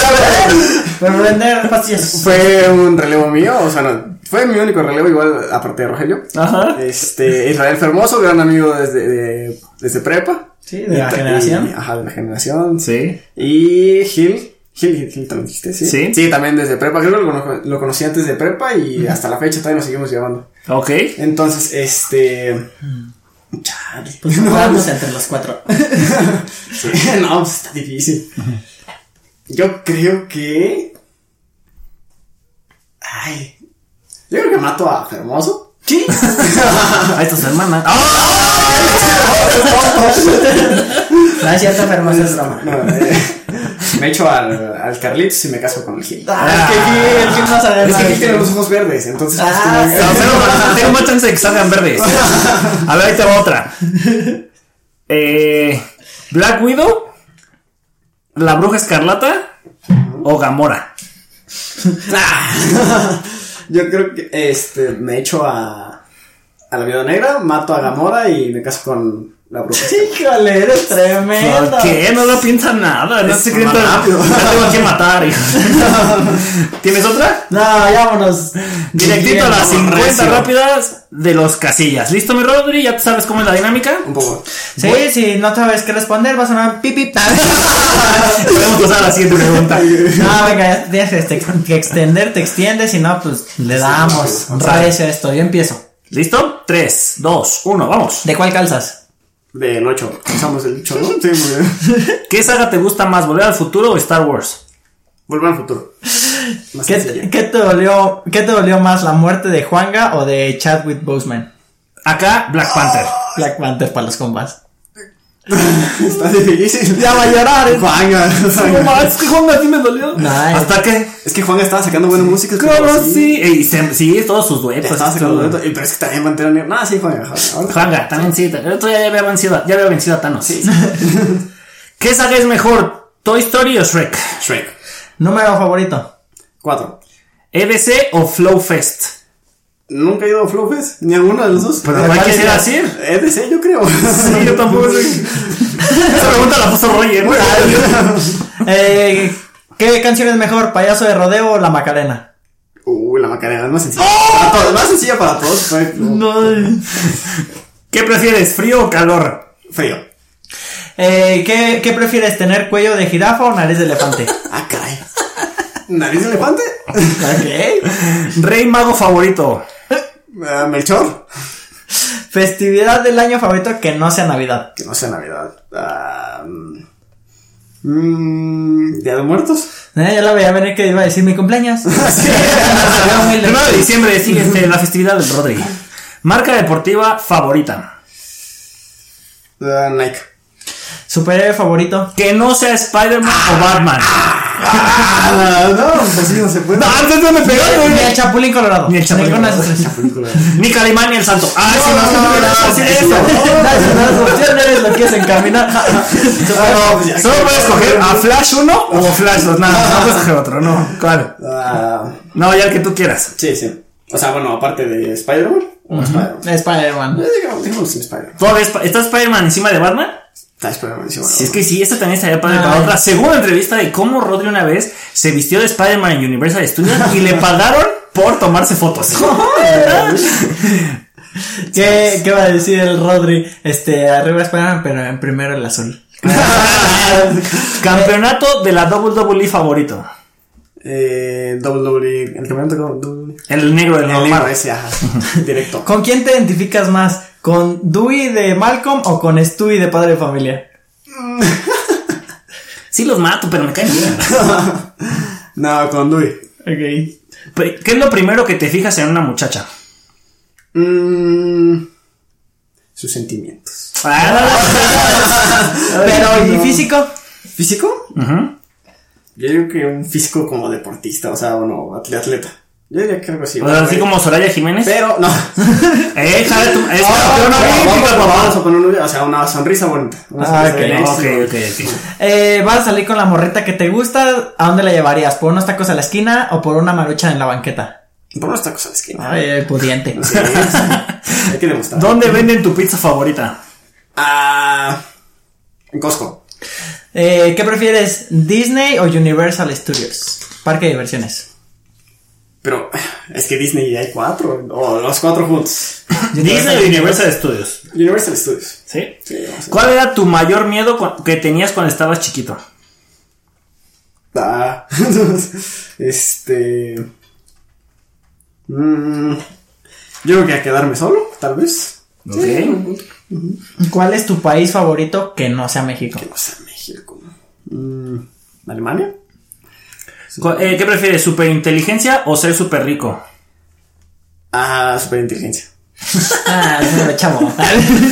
Speaker 2: Pero vender pastillas.
Speaker 3: Fue un relevo mío, o sea, no, fue mi único relevo, igual aparte de Rogelio.
Speaker 1: Ajá.
Speaker 3: Este, Israel Fermoso, gran amigo desde, de- desde prepa.
Speaker 2: Sí, de la
Speaker 3: Y ta- y-
Speaker 2: generación.
Speaker 3: ajá, de la generación.
Speaker 1: Sí.
Speaker 3: Y Gil. Gil, Gil, Gil también dijiste, sí.
Speaker 1: Sí.
Speaker 3: también desde prepa. Creo que lo, cono- lo conocí antes de prepa y hasta la fecha todavía nos seguimos llevando.
Speaker 1: Ok.
Speaker 3: Entonces, este. Chale.
Speaker 2: Pues
Speaker 3: no,
Speaker 2: vamos entre los cuatro.
Speaker 3: Sí, no, pues está difícil. Yo creo que. Ay. Yo creo que mato a Hermoso.
Speaker 2: Sí.
Speaker 1: A estas hermanas. ¡Ah!
Speaker 2: No es cierto, Fermoso es broma.
Speaker 3: No, eh, me echo al, al Carlitos y me caso con el Gil.
Speaker 2: Ah, es que Gil, el Gil no sabe
Speaker 3: es
Speaker 2: nada.
Speaker 3: que Gil tiene los ojos verdes, entonces. pues,
Speaker 2: Ah,
Speaker 3: como-
Speaker 1: No, tengo más- Tengo más chance de que salgan verdes. A ver, ahí te va otra. Eh, Black Widow, La Bruja Escarlata o Gamora.
Speaker 3: este, Yo creo que este, me echo a, a la Viuda Negra, mato a Gamora y me caso con la bruja.
Speaker 2: Híjole, eres tremendo.
Speaker 1: ¿Por qué? No lo piensa nada. No se creen
Speaker 3: más
Speaker 1: tan
Speaker 3: rápido.
Speaker 1: Ya tengo que matar. hijo. ¿Tienes otra?
Speaker 2: No, vámonos.
Speaker 1: Directito a las
Speaker 3: Bien,
Speaker 1: 50
Speaker 3: recio.
Speaker 1: rápidas de los casillas. ¿Listo, mi Rodri? ¿Ya sabes cómo es la dinámica?
Speaker 3: Un poco.
Speaker 2: Sí, si no sabes qué responder, vas a sonar pipi.
Speaker 1: Podemos pasar a la siguiente pregunta.
Speaker 2: No, venga, ya tienes que ex- que extender, te extiendes, si no, pues le damos. Recio esto, yo empiezo.
Speaker 1: ¿Listo? 3, 2, 1, vamos.
Speaker 2: ¿De cuál calzas?
Speaker 3: Del 8. Usamos el 8, ¿no? Sí, muy bien.
Speaker 1: ¿Qué saga te gusta más, Volver al Futuro o Star Wars?
Speaker 3: Volver al futuro. Más
Speaker 2: ¿Qué,
Speaker 3: sencillo.
Speaker 2: te- qué te dolió, ¿Qué te dolió más, la muerte de Juanga o de Chadwick Boseman?
Speaker 1: Acá, Black Panther.
Speaker 2: Black Panther para los compas.
Speaker 3: Está difícil.
Speaker 1: va a llorar.
Speaker 3: Juanga.
Speaker 1: es que Juan a ti me dolió.
Speaker 2: Nice.
Speaker 1: Hasta que.
Speaker 3: Es que Juan estaba sacando buena música. pero
Speaker 1: ¿Cómo sí? Ey, se- sí, todos sus duetos.
Speaker 3: Estaba
Speaker 1: sí,
Speaker 3: sacando
Speaker 1: todo.
Speaker 3: dueto. Eh, Pero es que también mantener. No, sí, Juan. Ahora.
Speaker 1: Juanga, también sí. El otro día ya había vencido, ya había vencido a Thanos. ¿Qué saga es mejor? Toy Story o Shrek.
Speaker 3: Shrek.
Speaker 2: Número favorito.
Speaker 3: Cuatro.
Speaker 1: EDC ¿E o Flow Fest.
Speaker 3: Nunca he ido a Flowfest, ni a alguno de los dos.
Speaker 1: Pero no quisiera
Speaker 3: Es
Speaker 1: decir.
Speaker 3: EDC, yo creo.
Speaker 1: Sí, yo tampoco sé. Esa pregunta la puso Roger.
Speaker 2: Eh, ¿Qué canción es mejor, Payaso de Rodeo o La Macarena?
Speaker 3: Uy, Uh, la Macarena es más sencilla. Para todos, más sencilla para todos. Fue
Speaker 1: No. ¿Qué prefieres, frío o calor?
Speaker 3: Frío.
Speaker 2: Eh, ¿qué, qué prefieres, tener cuello de jirafa o nariz de elefante?
Speaker 3: Ah, caray. ¿Nariz de elefante?
Speaker 2: ok.
Speaker 1: Rey mago favorito.
Speaker 3: Ah, Melchor.
Speaker 2: Festividad del año favorito que no sea Navidad.
Speaker 3: Que no sea Navidad. Ah, mmm, Día de Muertos.
Speaker 2: Eh, ya la veía venir que iba a decir mi cumpleaños.
Speaker 1: El 1 de diciembre sigue este, la festividad del Rodri. Marca deportiva favorita.
Speaker 3: Ah, Nike.
Speaker 2: Superhéroe favorito.
Speaker 1: Que no sea Spider-Man o Batman.
Speaker 3: Ah, no, pues así no se puede.
Speaker 1: No, antes no me pegaste.
Speaker 2: Ni el Chapulín Colorado.
Speaker 1: Ni el Chapulín
Speaker 2: Ninguna de
Speaker 1: Colorado.
Speaker 2: esas tres.
Speaker 3: Película.
Speaker 1: Ni Calimán ni el Santo. Ah, sí,
Speaker 3: no,
Speaker 1: no, no,
Speaker 3: no,
Speaker 1: no,
Speaker 3: no,
Speaker 1: sí,
Speaker 3: no,
Speaker 1: eso.
Speaker 3: no, no,
Speaker 2: Gracias a las opciones eres lo que es encaminar.
Speaker 3: Ah, no, pues ya.
Speaker 1: Solo puedes escoger a Flash 1 o Flash 2. Nada, no puedes escoger otro, no. Claro.
Speaker 3: Ah,
Speaker 1: No, ya el que tú quieras.
Speaker 3: sí, sí. O sea, bueno, aparte de Spider-Man. o Spider-Man.
Speaker 2: Spider-Man.
Speaker 3: Eh, digamos- digamos sin Spider-Man.
Speaker 1: ¿Tú ves- ¿Está Spider-Man encima de Batman?
Speaker 3: Está Spider-Man encima.
Speaker 1: Si es que sí, esta también estaría padre para
Speaker 2: Ay.
Speaker 1: otra. Segunda entrevista de cómo Rodri una vez se vistió de Spider-Man en Universal Studios y le pagaron por tomarse fotos.
Speaker 2: ¿Qué, ¿Qué va a decir el Rodri? Este, arriba Spider-Man, pero en primero el azul.
Speaker 1: Campeonato de la WWE favorito.
Speaker 3: Eh, WWE. El campeonato con WWE.
Speaker 1: El negro del
Speaker 3: El eh. libro
Speaker 1: normal.
Speaker 3: ese, ajá. Directo.
Speaker 2: ¿Con quién te identificas más? ¿Con Dewey de Malcolm o con Stewie de Padre de Familia?
Speaker 1: Sí los mato, pero me caen bien.
Speaker 3: no, con Dewey.
Speaker 2: Ok.
Speaker 1: Pero, ¿Qué es lo primero que te fijas en una muchacha?
Speaker 3: Mm, sus sentimientos.
Speaker 2: Pero, ¿y
Speaker 3: no.
Speaker 2: físico?
Speaker 3: ¿Físico?
Speaker 1: Ujú.
Speaker 3: Yo digo que un físico como deportista, o sea, bueno, atle- atleta. Yo diría que algo así. eh,
Speaker 1: O sea, así como Soraya Jiménez.
Speaker 3: Pero, no. pues,
Speaker 1: Eh, jala tu- es campeona
Speaker 3: Oh, vamos,
Speaker 1: olímpica,
Speaker 3: a-
Speaker 1: papá.
Speaker 3: vamos a poner un- o sea, una sonrisa bonita. Una
Speaker 2: Ah,
Speaker 3: sonrisa este,
Speaker 2: ok,
Speaker 3: bonita.
Speaker 1: Ok, ok, ok.
Speaker 2: Eh, vas a salir con la morrita que te gusta. ¿A dónde la llevarías? ¿Por unos tacos a la esquina o por una marucha en la banqueta?
Speaker 3: Por unos tacos a la esquina.
Speaker 2: Ay, el pudiente.
Speaker 3: Sí, sí. Hay que demostrar.
Speaker 1: ¿Dónde venden tu pizza favorita?
Speaker 3: Ah, en Costco.
Speaker 2: Eh, ¿Qué prefieres? ¿Disney o Universal Studios? Parque de diversiones.
Speaker 3: Pero es que Disney hay cuatro, o los cuatro juntos.
Speaker 1: Disney y Universal Studios.
Speaker 3: Universal Studios.
Speaker 1: ¿Sí?
Speaker 3: Sí, vamos a-
Speaker 1: ¿Cuál era tu mayor miedo cu- que tenías cuando estabas chiquito?
Speaker 3: Ah, este. mm, yo creo que a quedarme solo, tal vez.
Speaker 1: Ok.
Speaker 2: ¿Cuál es tu país favorito que no sea México?
Speaker 3: Que no sea Pues, México. Mm, ¿Alemania?
Speaker 1: Cu- eh, ¿Qué prefieres, superinteligencia o ser súper rico?
Speaker 3: Ah, superinteligencia.
Speaker 2: Ah, pero chavo.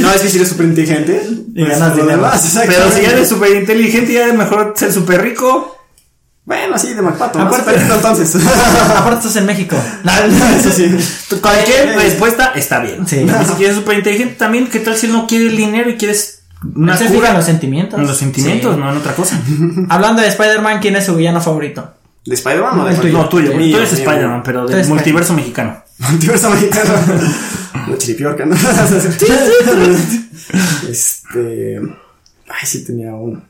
Speaker 3: No, es que si eres superinteligente. pues,
Speaker 2: ganas
Speaker 3: lo
Speaker 2: dinero.
Speaker 3: demás, exacto.
Speaker 1: Pero si eres superinteligente, ya es mejor ser súper rico.
Speaker 3: Bueno, sí, de MacPato.
Speaker 2: Aparte-
Speaker 3: Aparte, entonces.
Speaker 2: Aparte estás en México.
Speaker 3: Ah, Eso sí.
Speaker 1: Cualquier
Speaker 3: Eh,
Speaker 1: respuesta está bien.
Speaker 2: Sí.
Speaker 1: Y si quieres superinteligente, también, ¿qué tal si no quieres dinero y quieres una
Speaker 2: No se
Speaker 1: cura?
Speaker 2: fijan los sentimientos.
Speaker 1: Los sentimientos, no en otra cosa.
Speaker 2: Sí. Hablando de Spider-Man, ¿quién es su villano favorito?
Speaker 3: ¿De Spider-Man o de
Speaker 2: El tuyo.
Speaker 1: No, tuyo.
Speaker 3: Mío,
Speaker 1: Tú eres
Speaker 3: mío.
Speaker 1: Spider-Man, pero
Speaker 2: Tú
Speaker 1: del
Speaker 2: eres
Speaker 1: multiverso mexicano.
Speaker 3: Multiverso mexicano. La chiripiorca, ¿no? este. Ay, sí tenía uno.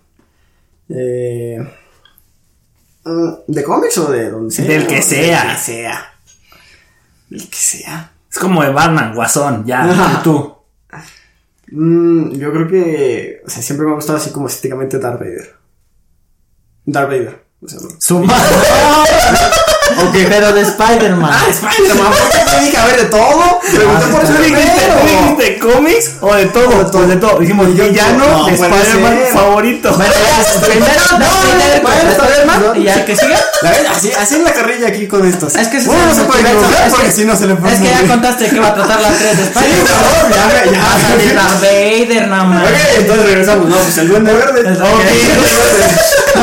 Speaker 3: Eh, mm, ¿De cómics o de donde sea?
Speaker 1: Del que sea.
Speaker 3: Del que sea. Del que sea.
Speaker 1: Es como de Batman, Guasón, ya,
Speaker 3: Ajá.
Speaker 1: tú.
Speaker 3: Mm, yo creo que. O sea, siempre me ha gustado así como estéticamente Darth Vader. Darth Vader. O sea, bueno.
Speaker 1: Su madre.
Speaker 2: Pero de Spider-Man.
Speaker 3: Ah, Spider-Man, ¿por qué te dije a ver de todo? Pregunté por eso
Speaker 1: ¿Tú dijiste, tú dijiste de cómics Ah, o de todo? Pues de todo. Dijimos, villano
Speaker 3: no,
Speaker 1: de
Speaker 3: puede
Speaker 1: Spider-Man
Speaker 3: ser.
Speaker 1: favorito.
Speaker 2: Bueno, ya, primero,
Speaker 3: No,
Speaker 2: no, primero
Speaker 3: bueno,
Speaker 2: de
Speaker 3: está bien,
Speaker 2: Spider-Man
Speaker 3: no.
Speaker 2: y ya que sigue.
Speaker 3: La verdad, así, así es la carrilla aquí con estos.
Speaker 2: Es que ese
Speaker 3: Uno
Speaker 2: es
Speaker 3: no
Speaker 2: el
Speaker 3: se puede
Speaker 2: multiverso,
Speaker 3: equivocar
Speaker 2: es
Speaker 3: porque
Speaker 2: que-
Speaker 3: si no se le pone.
Speaker 2: Es que ya contaste que va a tratar las tres de
Speaker 3: Sí, por
Speaker 2: Spider-Man.
Speaker 3: favor, ya, ya.
Speaker 2: Ah, sale Darth Vader, no
Speaker 3: Ok,
Speaker 2: mames.
Speaker 3: entonces regresamos. No, pues el duende verde.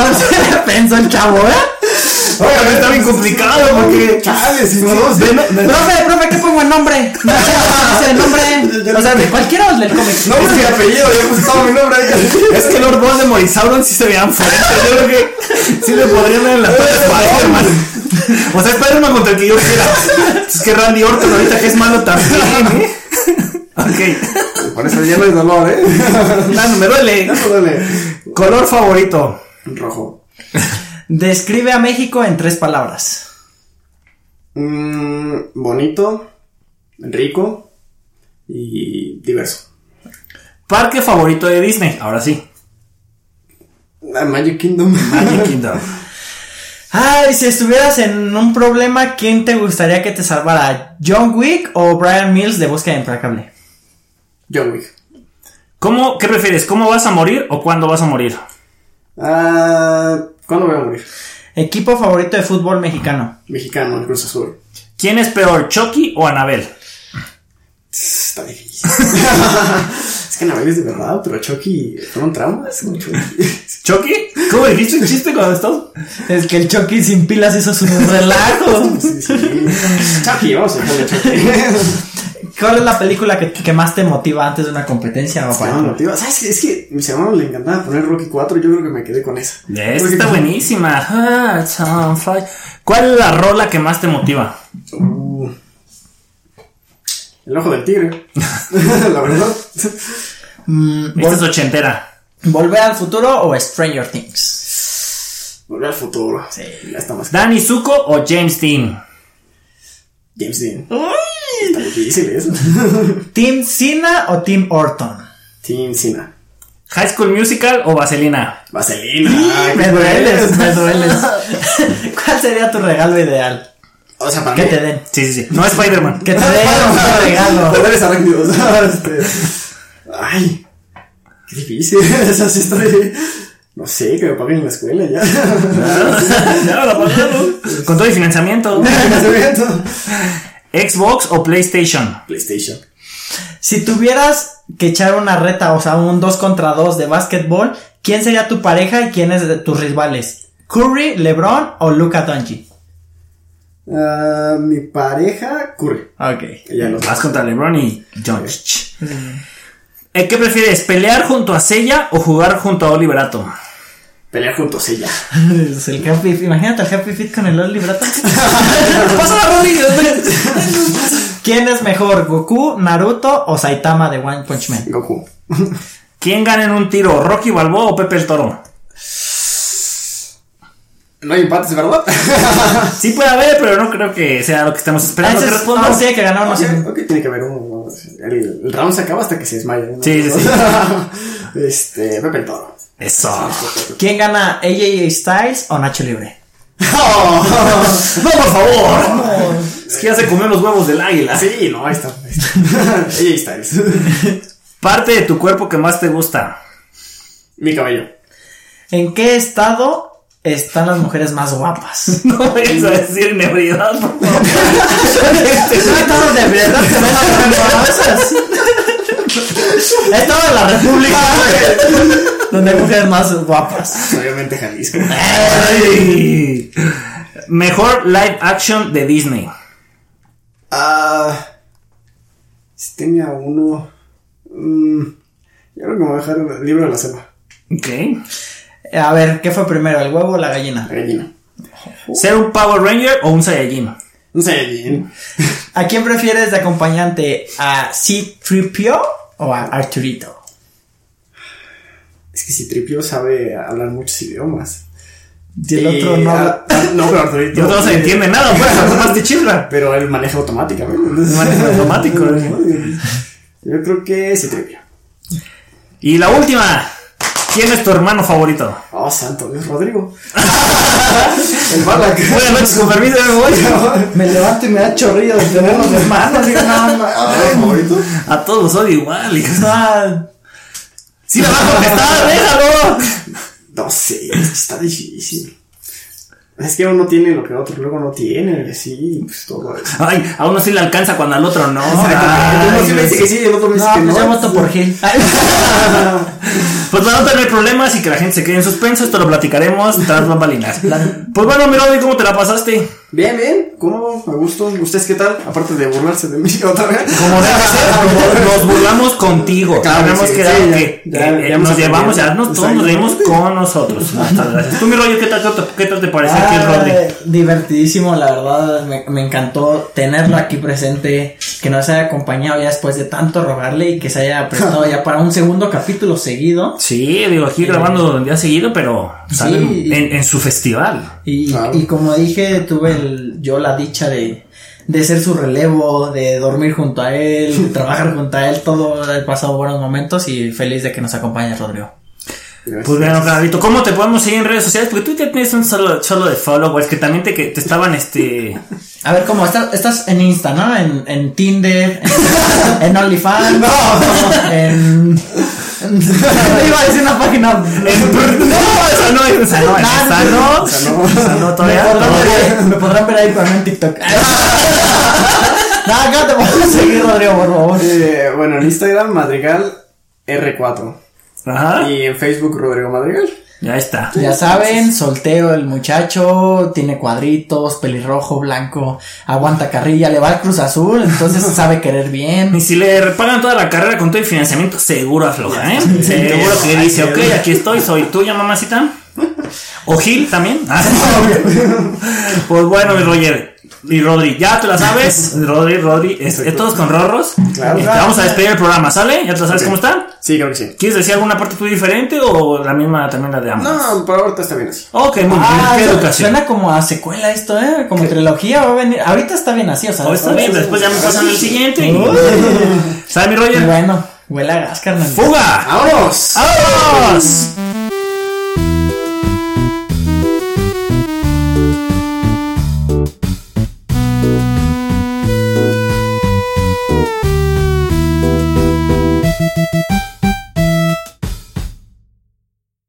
Speaker 2: Ok. No se la pensó el chavo, ¿eh?
Speaker 1: Oigan, está bien complicado porque.
Speaker 3: Chale, si no,
Speaker 1: Sí,
Speaker 3: sí.
Speaker 1: de- de-
Speaker 2: Profe, profe, ¿qué pongo el nombre? No sé, no sé el nombre. O sea, de cualquiera del cómic.
Speaker 3: Nombre y apellido, ya gustaba mi nombre.
Speaker 1: Es que Lord Voldemort y Sauron sí se veían fuertes. Yo creo que sí le podrían dar en la torre a Spider-Man. O sea, Spider-Man contra el que yo quiera. Es que Randy Orton ahorita que es malo también, ¿eh? Ok.
Speaker 3: Por eso ya no hay dolor, ¿eh?
Speaker 1: No, no me duele.
Speaker 3: Ya no duele.
Speaker 1: Color favorito.
Speaker 3: Rojo.
Speaker 2: Describe a México en tres palabras.
Speaker 3: Mm, bonito, rico y diverso.
Speaker 1: Parque favorito de Disney. Ahora sí.
Speaker 3: Ah, Magic Kingdom.
Speaker 1: Magic Kingdom.
Speaker 2: Ay, si estuvieras en un problema, ¿quién te gustaría que te salvara? ¿John Wick o Brian Mills de Búsqueda Implacable?
Speaker 3: John Wick.
Speaker 1: ¿Cómo, ¿Qué prefieres? ¿Cómo vas a morir o cuándo vas a morir?
Speaker 3: Ah, ¿Cuándo voy a morir?
Speaker 2: Equipo favorito de fútbol mexicano.
Speaker 3: Mexicano, el Cruz Azul.
Speaker 1: ¿Quién es peor, Chucky o Anabel?
Speaker 3: Está difícil. es que Anabel es de verdad, pero Chucky fueron traumas. con Chucky.
Speaker 1: ¿Chucky? ¿Cómo dijiste el chiste cuando estás?
Speaker 2: Es que el Chucky sin pilas hizo su relajo.
Speaker 3: Sí, sí. Chucky, vamos a poner Chucky.
Speaker 2: ¿Cuál es la película que, que más te motiva antes de una competencia? o para-
Speaker 3: No, no, tío, ¿Sabes? qué? Es que a mis hermanos le encantaba poner Rocky 4. Yo creo que me quedé con esa.
Speaker 1: Esta
Speaker 3: Porque-
Speaker 1: está buenísima. Ah, it's on fire. ¿Cuál es la rola que más te motiva?
Speaker 3: Uh. el ojo del tigre. la verdad.
Speaker 2: Mm,
Speaker 1: Esta
Speaker 2: vol-
Speaker 1: es ochentera.
Speaker 2: ¿Volver al futuro o Stranger Things?
Speaker 3: Volver al futuro.
Speaker 2: Sí.
Speaker 3: Ya está más.
Speaker 1: ¿Danny Zuko o James Dean?
Speaker 3: James Dean. Está difícil eso.
Speaker 2: ¿Team Cena o Team Orton?
Speaker 3: Team Cena.
Speaker 1: ¿High School Musical o Vaselina?
Speaker 3: Vaselina. Ay,
Speaker 2: me
Speaker 3: qué
Speaker 2: dueles,
Speaker 3: bueno.
Speaker 2: me dueles. ¿Cuál sería tu regalo ideal?
Speaker 3: O sea, para
Speaker 2: Que
Speaker 3: mí.
Speaker 2: te den.
Speaker 1: Sí, sí, sí. No Spider-Man.
Speaker 2: Que te den un regalo.
Speaker 3: Poderes arácnidos. Este, Ay. Qué difícil. O sea, sí estoy. No sé, que me paguen en la escuela ya.
Speaker 1: Ya, la pasaron. Con todo el financiamiento.
Speaker 3: Financiamiento.
Speaker 1: ¿Xbox o PlayStation?
Speaker 3: PlayStation.
Speaker 2: Si tuvieras que echar una reta, o sea, un 2 contra 2 de básquetbol, ¿quién sería tu pareja y quiénes de tus rivales? ¿Curry, LeBron o Luca Doncic?
Speaker 3: Ah, mi pareja, Curry.
Speaker 2: Ok.
Speaker 3: Ella no.
Speaker 1: Vas contra LeBron y Jokic. ¿Eh, ¿Qué prefieres? ¿Pelear junto a Sella o jugar junto a Oliver Atom?
Speaker 3: Pelear juntos ella.
Speaker 2: Es el Happy Fit. Imagínate el Happy Fit con el Only Brata.
Speaker 1: ¡Pasa, Rodríguez!
Speaker 2: ¿Quién es mejor, Goku, Naruto o Saitama de One Punch Man?
Speaker 3: Goku.
Speaker 1: ¿Quién gana en un tiro? ¿Rocky Balboa o Pepe el Toro?
Speaker 3: No hay empates, ¿verdad?
Speaker 1: Sí puede haber, pero no creo que sea lo que estamos esperando.
Speaker 2: Ese
Speaker 1: que
Speaker 2: es-
Speaker 1: respondas.
Speaker 2: no, tiene que ganar uno. sí.
Speaker 3: ok, tiene que haber uno. ¿no? El, el round se acaba hasta que se desmaya. ¿no?
Speaker 1: Sí, sí, sí.
Speaker 3: este, Pepe el Toro.
Speaker 1: Eso.
Speaker 2: ¿Quién gana, AJ Styles o Nacho Libre?
Speaker 1: No, por favor. Es que ya se comió los huevos del águila.
Speaker 3: Sí, no, ahí está. Ahí está. ella está. es.
Speaker 1: Parte de tu cuerpo que más te gusta.
Speaker 3: Mi cabello.
Speaker 2: ¿En qué estado están las mujeres más guapas?
Speaker 1: No vayas a decir inebriedad, por favor.
Speaker 2: Estado de verdad se ven las mujeres guapas. Estado de la República donde hay mujeres más guapas.
Speaker 3: Obviamente Jalisco.
Speaker 1: Ay. Mejor live action de Disney.
Speaker 3: Ah. si tenía uno. mm, yo creo que me voy a dejar el libro de la selva.
Speaker 1: Ok.
Speaker 2: A ver, ¿qué fue primero, el huevo o la gallina?
Speaker 3: La gallina.
Speaker 1: ¿Ser un Power Ranger o un Saiyajin?
Speaker 3: Un Saiyajin.
Speaker 2: ¿A quién prefieres de acompañante? ¿A C-3PO o a Arturito?
Speaker 3: Es que si Tripio sabe hablar muchos idiomas.
Speaker 2: Y el otro no.
Speaker 3: ah, ah, no, pero Arturito.
Speaker 1: Yo no se entiende nada, pues, además de chifra.
Speaker 3: Pero él maneja automáticamente. Entonces,
Speaker 1: Maneja automático,
Speaker 3: Yo creo que sí, Tripio.
Speaker 1: Y la última. ¿Quién es tu hermano favorito?
Speaker 3: Oh, santo Dios, Rodrigo. el Balak.
Speaker 1: Buenas noches, con permiso, me voy.
Speaker 2: Me levanto y me da chorrillo de tener los hermanos. Digo, no, no,
Speaker 3: Ah, favorito?
Speaker 1: A todos los odio igual. hijos.
Speaker 2: no.
Speaker 1: Sí, la vas a contestar, ¿eh? déjalo.
Speaker 3: No sé, es que está difícil. Es que uno tiene lo que otro luego no tiene, y así, pues todo eso.
Speaker 1: Ay, a uno sí le alcanza cuando al otro no. Ah, Ay,
Speaker 3: Exactamente.
Speaker 2: pues
Speaker 3: uno sí me dice que sí, el otro me dice
Speaker 2: No,
Speaker 3: que
Speaker 2: pues
Speaker 3: no.
Speaker 2: ya voto por Gil.
Speaker 1: Pues para no tener problemas y que la gente se quede en suspenso, esto lo platicaremos tras bambalinas. Pues bueno, Melody, ¿cómo te la pasaste?
Speaker 3: Bien, bien, cómodo, a gusto. ¿Ustedes qué tal? Aparte de burlarse de mí otra vez.
Speaker 1: Como debe ser, como nos burlamos contigo.
Speaker 3: Claro,
Speaker 1: Habíamos
Speaker 3: sí,
Speaker 1: quedado
Speaker 3: sí, ya,
Speaker 1: que
Speaker 3: ya,
Speaker 1: eh,
Speaker 3: ya hemos
Speaker 1: nos llevamos, ya
Speaker 3: aprendido.
Speaker 1: nos, todos nos reímos
Speaker 3: Exactamente.
Speaker 1: con nosotros. Muchas gracias. Tú, mi rollo, ¿qué tal, qué tal- qué tal te parece aquí el Rodri?
Speaker 2: Ah, divertidísimo, la verdad, me, me encantó tenerlo aquí presente, que nos haya acompañado ya después de tanto rogarle y que se haya prestado ya para un segundo capítulo seguido
Speaker 1: Sí, digo, aquí grabando un día seguido, pero salen en, en su festival.
Speaker 2: y,
Speaker 3: Claro.
Speaker 2: y como dije, tuve el- yo la dicha de, de ser su relevo, de dormir junto a él, de trabajar junto a él, todo, he pasado buenos momentos y feliz de que nos acompañes, Rodrigo.
Speaker 3: Gracias.
Speaker 1: Pues bueno, Carlito, ¿cómo te podemos seguir en redes sociales? Porque tú ya tienes un solo cholo de followers que también te, que te estaban este.
Speaker 2: A ver, ¿cómo? Estás, estás en Insta, ¿no? En, en Tinder, en, en OnlyFans, en... No iba a decir una página...
Speaker 1: no, esa no, esa no, esa no,
Speaker 3: esa no.
Speaker 1: esa no,
Speaker 2: Me
Speaker 1: todavía.
Speaker 2: podrán,
Speaker 1: todavía.
Speaker 2: ver, ahí- me podrán ver ahí, pero no en TikTok. no, acá te puedo seguir, Rodrigo, por favor.
Speaker 3: Eh, bueno, en Instagram, Madrigal R4.
Speaker 1: Ajá.
Speaker 3: Y en Facebook, Rodrigo Madrigal.
Speaker 1: Ya está.
Speaker 2: Ya saben, soltero el muchacho, tiene cuadritos, pelirrojo, blanco, aguanta carrilla, le va al Cruz Azul, entonces sabe querer bien.
Speaker 1: Y si le repagan toda la carrera con todo el financiamiento, seguro afloja, ¿eh? seguro que dice, ok, aquí estoy, soy tuya, mamacita. O Gil también. Ah, pues bueno, mi Roger. Y Rodri, ya te la sabes. Rodri, Rodri, es, es todos con rorros.
Speaker 3: Claro.
Speaker 1: Este, vamos a despedir el programa, ¿sale? ¿Ya te la sabes cómo está?
Speaker 3: Sí, creo que sí.
Speaker 1: ¿Quieres decir alguna parte tú diferente o la misma también la de ambos?
Speaker 3: No, por ahorita está bien así.
Speaker 1: Ok, muy bien.
Speaker 2: Ah,
Speaker 1: Qué
Speaker 2: su-
Speaker 1: educación.
Speaker 2: suena como a secuela esto, ¿eh? Como trilogía, va a venir. Ahorita está bien así, o sea.
Speaker 1: Oh, está bien, después ya me pasan el siguiente. y-
Speaker 2: Uy.
Speaker 1: ¿Sabe mi
Speaker 2: Y
Speaker 1: Roger?
Speaker 2: bueno, huele a gas, carnal.
Speaker 1: ¡Fuga!
Speaker 3: ¡Vámonos!
Speaker 1: ¡Vámonos!